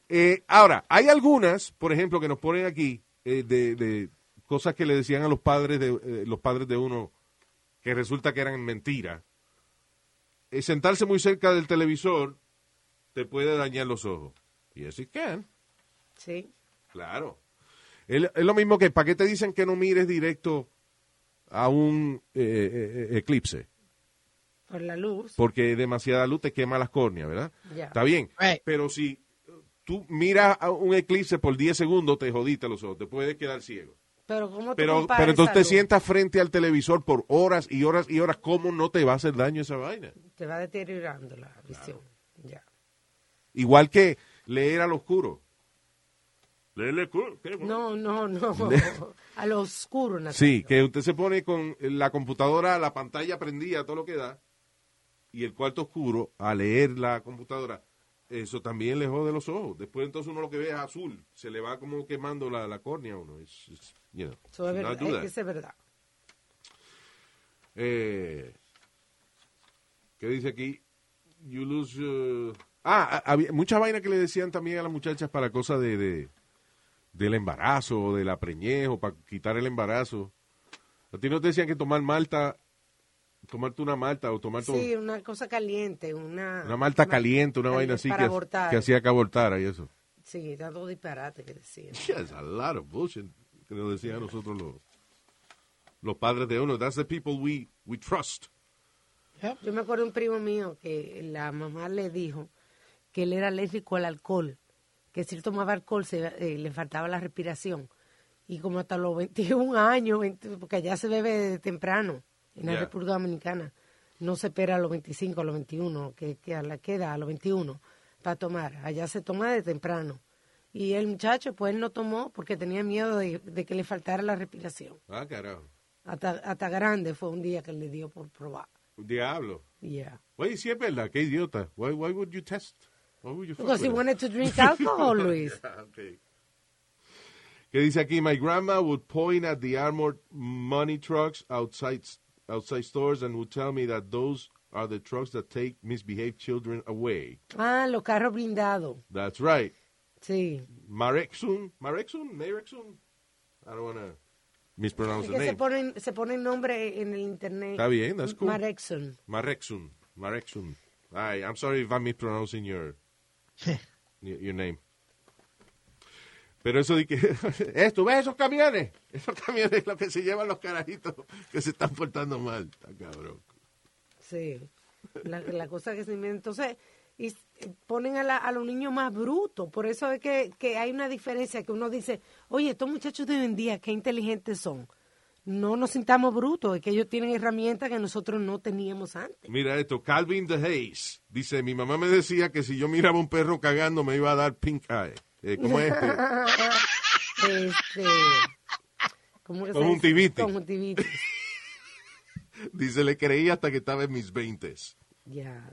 S3: Eh, ahora, hay algunas, por ejemplo, que nos ponen aquí eh, de, de cosas que le decían a los padres de eh, los padres de uno que resulta que eran mentira. Eh, sentarse muy cerca del televisor te puede dañar los ojos. Yes, it can.
S4: Sí.
S3: Claro. Es, es lo mismo que, ¿para qué te dicen que no mires directo a un eh, eh, eclipse?
S4: Por la luz.
S3: porque demasiada luz te quema las córneas, ¿verdad?
S4: Ya.
S3: Está bien.
S5: Right.
S3: Pero si tú miras a un eclipse por 10 segundos, te jodiste los ojos, te puedes quedar ciego.
S4: Pero ¿cómo tú
S3: Pero,
S4: comparas
S3: pero entonces
S4: esa
S3: te
S4: luz?
S3: sientas frente al televisor por horas y horas y horas, ¿cómo no te va a hacer daño esa vaina?
S4: Te va deteriorando la visión. Ya.
S3: Igual que leer al oscuro.
S7: Lele, cu- qué bueno.
S4: No, no, no. A lo oscuro, Natalia.
S3: Sí, que usted se pone con la computadora, la pantalla prendida, todo lo que da, y el cuarto oscuro a leer la computadora. Eso también le jode los ojos. Después entonces uno lo que ve es azul. Se le va como quemando la, la córnea a uno. Es- es- you know,
S4: Eso
S3: should
S4: es verdad.
S3: not do that.
S4: Eso es verdad.
S3: Eh, ¿Qué dice aquí? You lose... uh, ah, a- había mucha vaina que le decían también a las muchachas para cosas de, de- del embarazo o de la preñez o para quitar el embarazo. A ti no te decían que tomar malta, tomarte una malta o tomarte
S4: Sí, una cosa caliente, una...
S3: una malta caliente, una vaina así
S4: Para
S3: que,
S4: abortar.
S3: que hacía que abortara y eso.
S4: Sí, da todo disparate que decían.
S3: Yes, a lot of bullshit que nos decían a nosotros los, los padres de uno. That's the people we, we trust.
S4: Yo me acuerdo de un primo mío que la mamá le dijo que él era alérgico al alcohol, que si él tomaba alcohol se, eh, le faltaba la respiración. Y como hasta los 21 años, 20 porque allá se bebe de temprano en la
S3: Yeah.
S4: República Dominicana, no se espera a los 25, a los 21, que, que a la queda a los 21 para tomar. Allá se toma de temprano. Y el muchacho, pues él no tomó porque tenía miedo de, de que le faltara la respiración.
S3: Ah, carajo.
S4: Hasta, hasta grande fue un día que le dio por probar.
S3: Diablo.
S4: Yeah.
S3: Oye, sí es verdad, qué idiota. Why, why would you test? Why would you fuck
S4: Because he
S3: with it?
S4: wanted to drink alcohol, Luis.
S3: Ah, ok. ¿Qué dice aquí? My grandma would point at the armored money trucks outside, outside stores and would tell me that those are the trucks that take misbehaved children away.
S4: Ah, los carros blindados.
S3: That's right.
S4: Sí.
S3: Marexun. Marexun? Marexun? I don't want to mispronounce
S4: Es
S3: the
S4: que se
S3: name.
S4: ponen, se ponen nombre en el internet.
S3: Pues Está bien, that's cool.
S4: Marexon.
S3: Marexun. Marexun. Ay, I'm sorry if I'm mispronouncing your, your, your name. Pero eso de que... Esto, ¿ves esos camiones? Esos camiones es lo que se llevan los carajitos que se están portando mal. Está cabrón.
S4: Sí. La, la cosa que se inventa. Entonces, y s- ponen a, la- a los niños más brutos. Por eso es que, que hay una diferencia que uno dice, oye, estos muchachos de hoy en día, qué inteligentes son. No nos sintamos brutos, es que ellos tienen herramientas que nosotros no teníamos antes.
S3: Mira esto, Calvin the Hayes. Dice, mi mamá me decía que si yo miraba un perro cagando me iba a dar pink eye. Eh, ¿Cómo es este?
S4: Este, ¿cómo que se dice?
S3: Conjuntivitis.
S4: Conjuntivitis.
S3: Dice, le creí hasta que estaba en mis veintes.
S4: Ya.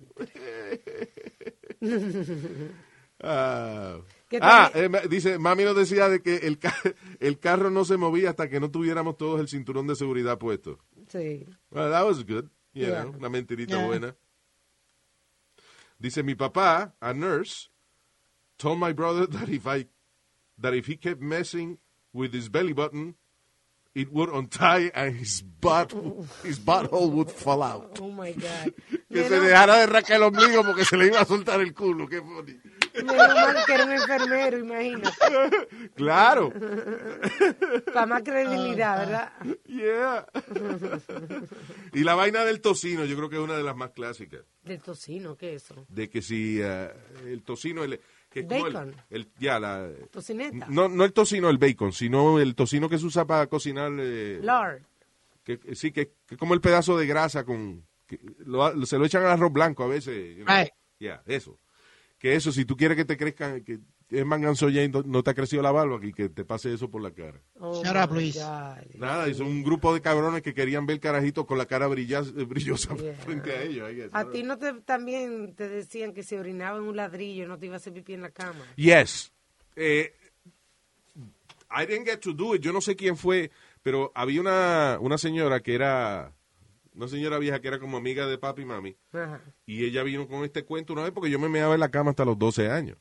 S3: Ah,
S4: Que
S3: Ah,
S4: también-
S3: eh, ma- dice, mami nos decía de que el, ca- el carro no se movía hasta que no tuviéramos todos el cinturón de seguridad puesto.
S4: Sí.
S3: Well, that was good, you
S4: Yeah.
S3: know, una mentirita
S5: Yeah.
S3: buena. Dice, mi papá, a nurse, told my brother that if, I, that if he kept messing with his belly button, it would untie and his, butt, his butthole would fall out.
S4: Oh my God.
S3: Que
S4: You
S3: se
S4: know,
S3: dejara de rascar el ombligo porque se le iba a soltar el culo. Qué funny.
S4: Menos mal que era un enfermero, imagino.
S3: Claro.
S4: Para más
S5: Ah,
S4: credibilidad, ¿verdad?
S3: Yeah. Y la vaina del tocino, yo creo que es una de las más clásicas.
S4: Del tocino, ¿qué es eso?
S3: De que si ah, el tocino... El, que es como el-
S4: Bacon.
S3: el- ya, la...
S4: Tocineta.
S3: No, no el tocino, el bacon, sino el tocino que se usa para cocinar... eh,
S4: Lard.
S3: que, que sí, que, que como el pedazo de grasa con... que lo- se lo echan al arroz blanco a veces. you know.
S5: Right.
S3: Yeah, eso. Que eso, si tú quieres que te crezcan, que es manganzo ya y no, no te ha crecido la barba, y que te pase eso por la cara.
S4: Oh,
S5: Shut up,
S4: my
S5: Luis.
S4: God.
S3: Nada, es un grupo de cabrones que querían ver el carajito con la cara brillas- eh, brillosa
S4: Yeah.
S3: frente a ellos. I guess.
S4: A ti no te, también te decían que si orinaba en un ladrillo no te iba a hacer pipí en la cama.
S3: Yes. Eh, I didn't get to do it. Yo no sé quién fue, pero había una, una señora que era... Una señora vieja que era como amiga de papi y mami.
S4: Ajá.
S3: Y ella vino con este cuento una vez porque yo me meaba en la cama hasta los 12 años.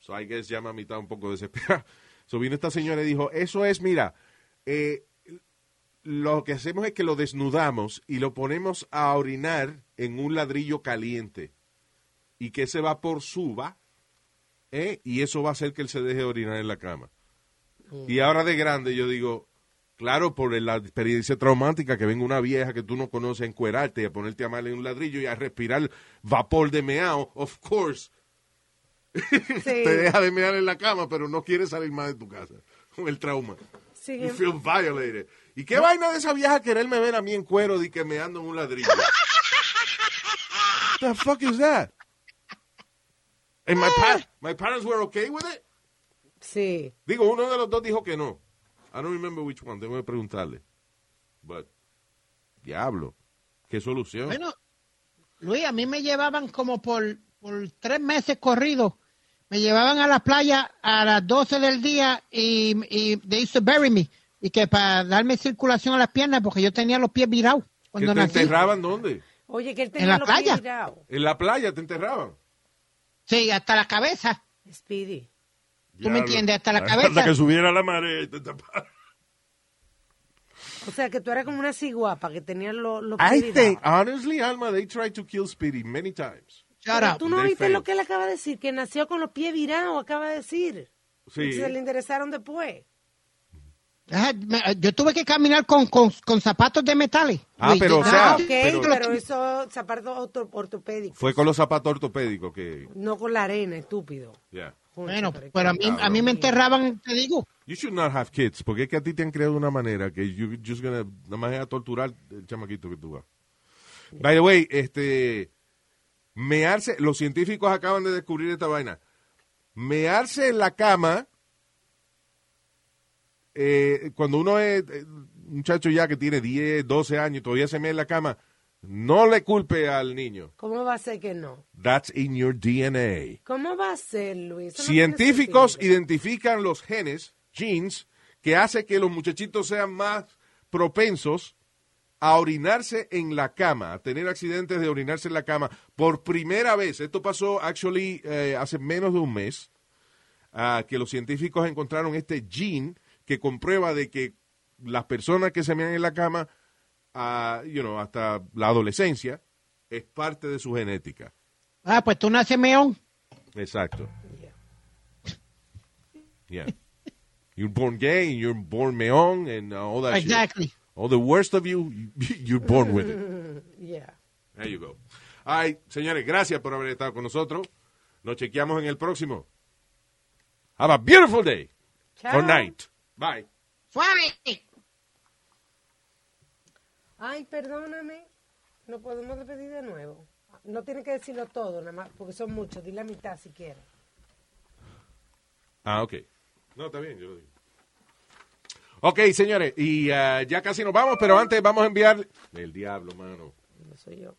S3: So I guess ya mamita un poco desesperada. So vino esta señora y dijo, eso es, mira, eh, lo que hacemos es que lo desnudamos y lo ponemos a orinar en un ladrillo caliente. Y que ese vapor suba, ¿eh? y eso va a hacer que él se deje orinar en la cama. Y ahora de grande yo digo, claro, por la experiencia traumática que venga una vieja que tú no conoces a encuerarte y a ponerte a mal en un ladrillo y a respirar vapor de meao, of course,
S4: Sí,
S3: te deja de mear en la cama, pero no quieres salir más de tu casa con el trauma.
S4: sin,
S3: You feel violated. ¿Y qué vaina de esa vieja quererme ver a mí en cuero y que me ando en un ladrillo? the fuck is that? And my, pa- my parents were okay with it?
S4: sí.
S3: Digo, uno de los dos dijo que no. I don't remember which one. Tengo que preguntarle. But, diablo. ¿Qué solución?
S5: Bueno, Luis, a mí me llevaban como por, por tres meses corridos. Me llevaban a la playa a las 12 del día y, y they used to bury me. Y que para darme circulación a las piernas, porque yo tenía los pies virados
S3: ¿Que
S5: cuando
S3: te
S5: nací.
S3: enterraban dónde?
S4: Oye, que él
S5: la
S4: tenía los pies
S5: playa?
S4: virados.
S3: En la playa te enterraban.
S5: Sí, hasta la cabeza.
S4: Speedy.
S5: Tú me
S7: Diablo. Ah,
S5: entiendes, hasta la
S7: Hasta
S5: cabeza.
S7: que subiera la marea y te tapara.
S4: O sea, que tú eras como una ciguapa que tenía lo- los pies
S3: I
S4: virados.
S3: think, honestly, Alma, they tried to kill Speedy many times.
S5: Shut
S4: Pero
S5: up.
S4: tú no
S3: They
S4: oíste
S3: failed.
S4: lo que él acaba de decir, que nació con los pies virados, acaba de decir. Y
S3: Sí.
S4: Se le interesaron después.
S5: Ah, me- Yo tuve que caminar con, con, con zapatos de metales.
S3: Ah,
S5: Luis.
S3: pero, O
S5: Yo-
S3: sea,
S4: ah, ok,
S3: pero-
S4: pero, eso zapatos orto- ortopédicos,
S3: Fue con los zapatos ortopédicos que...
S4: no con la arena, estúpido.
S3: Yeah.
S4: Concho,
S5: Bueno,
S4: pero-
S5: pero a mí, a mí me enterraban, te digo.
S3: You should not have kids, porque es que a ti te han creado de una manera que you just gonna, nada más es a torturar el chamaquito que tú vas. By the way, este, mearse, los científicos acaban de descubrir esta vaina. Mearse en la cama, eh, cuando uno es eh, un muchacho ya que tiene 10, 12 años y todavía se mea en la cama, no le culpe al niño.
S4: ¿Cómo va a ser que no?
S3: That's in your DNA.
S4: ¿Cómo va a ser, Luis? Eso no tiene
S3: Científicos
S4: sentido.
S3: identifican los genes, genes, que hace que los muchachitos sean más propensos a orinarse en la cama, a tener accidentes de orinarse en la cama. Por primera vez, esto pasó actually eh, hace menos de un mes, ah, que los científicos encontraron este gene que comprueba de que las personas que se mean en la cama, ah, you know, hasta la adolescencia, es parte de su genética.
S5: Ah, pues tú naces meón.
S3: Exacto. Yeah. You're born gay, and you're born meón, and uh, all that
S5: Exactly.
S3: shit. All the worst of you, you're born with it.
S4: Yeah.
S3: There you go. Ay, señores, gracias por haber estado con nosotros. Nos chequeamos en el próximo. Have a beautiful day
S4: Chao.
S3: or night. Bye.
S5: Suave.
S4: Ay, perdóname. No podemos despedir de nuevo. No tiene que decirlo todo, nada más, porque son muchos. Di la mitad si quieres.
S3: Ah, ok. No, está bien, yo lo digo. Ok, señores, y ah, ya casi nos vamos, pero antes vamos a enviar... El diablo, mano.
S4: No soy yo.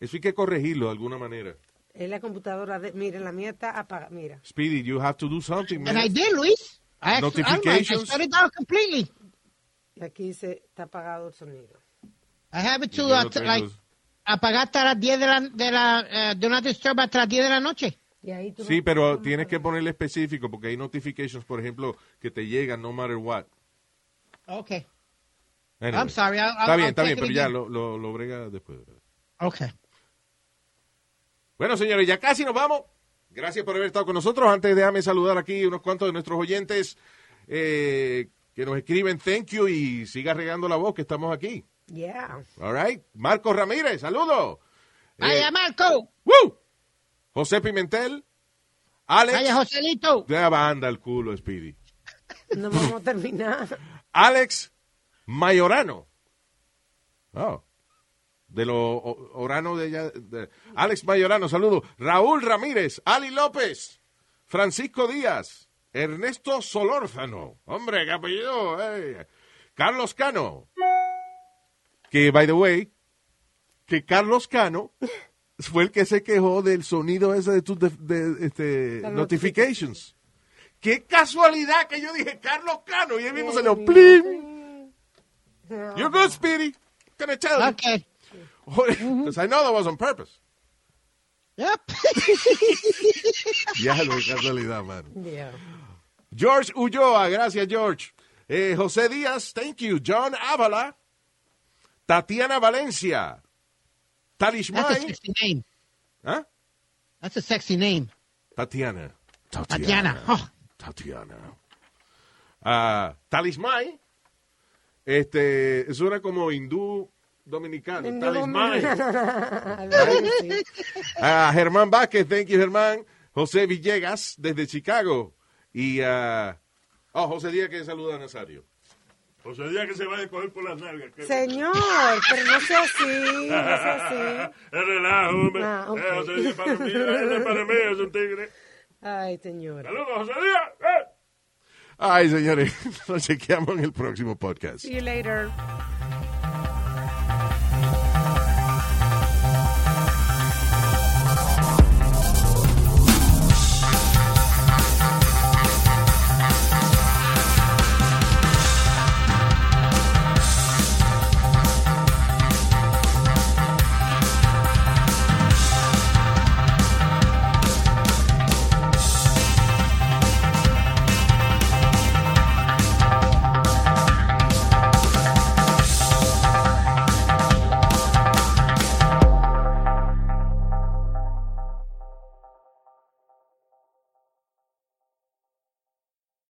S3: Eso hay que corregirlo de alguna manera.
S4: Es la computadora de. Mira, la mía está apagada. Mira.
S3: Speedy, you have to do something, man.
S5: And I did, Luis. I actually- I,
S3: Notifications?
S5: shut it down completely.
S4: Y aquí se está apagado el sonido.
S5: I have it
S3: Yo
S5: to,
S3: no
S5: uh, to,
S3: tengo-
S5: like, apagar hasta las 10 de la, de la, eh, de una disturb hasta las 10 de la noche.
S4: Y ahí tú
S3: Sí,
S4: no-
S3: pero
S4: tú no
S3: tienes que
S4: puedes-
S3: ponerle específico porque hay notifications, por ejemplo, que te llegan no matter what.
S5: Okay.
S3: Anyway.
S5: I'm sorry, I'll-
S3: está
S5: I'll-
S3: bien,
S5: I'll
S3: está
S5: take
S3: bien,
S5: it
S3: pero ya
S5: again.
S3: lo, lo, lo brega después.
S5: Okay.
S3: Bueno, señores, ya casi nos vamos. Gracias por haber estado con nosotros. Antes déjame saludar aquí unos cuantos de nuestros oyentes eh, que nos escriben thank you y siga regando la voz que estamos aquí.
S4: Yeah.
S3: All right. Marco Ramírez, saludo. Eh,
S5: Vaya, Marco.
S3: ¡Woo! José Pimentel. Alex.
S5: Vaya, Joselito.
S3: Ya va, anda el culo, Speedy.
S4: No vamos a terminar.
S3: Alex Mayorano. Oh. De los o- Orano de allá. de- Alex Mayorano, saludo. Raúl Ramírez, Ali López, Francisco Díaz, Ernesto Solórzano. Hombre, qué apellido. eh. Carlos Cano. Que, by the way, que Carlos Cano fue el que se quejó del sonido ese de tus de- de- este,
S4: La
S3: notifications. Qué casualidad que yo dije Carlos Cano y él mismo salió
S4: Ay,
S3: plim.
S4: no.
S3: You're good, Speedy. Gonna tell you.
S5: Okay.
S3: Because I know that was on purpose.
S5: Yep.
S3: Ya, lo de casualidad, man.
S4: Yeah.
S3: George Ulloa, gracias, George. Eh, José Díaz, thank you. John Ávala. Tatiana Valencia.
S5: That's a
S3: Talishmay.
S5: sexy name.
S3: ¿Ah?
S5: That's a sexy name.
S3: Tatiana.
S5: Tatiana. Oh,
S3: Tatiana. Ah, Talismay. Este, suena como hindú dominicano. Talismay.
S4: La verdad que sí.
S3: Ah, Germán Vázquez, thank you, Germán. José Villegas, desde Chicago. Y, ah, oh, José Díaz que saluda a Nazario.
S7: O sea, el día que se vaya a coger por las nalgas. que-
S4: Señor, pero no sea así, no sea así.
S7: Es relajo, hombre.
S4: Ah, ok.
S7: Eh, José Díaz para mí, eh, para mí es un tigre.
S4: Ay, señora.
S7: Saludos, José Díaz. Eh.
S3: Ay, señores, nos chequeamos en el próximo podcast.
S4: See you later.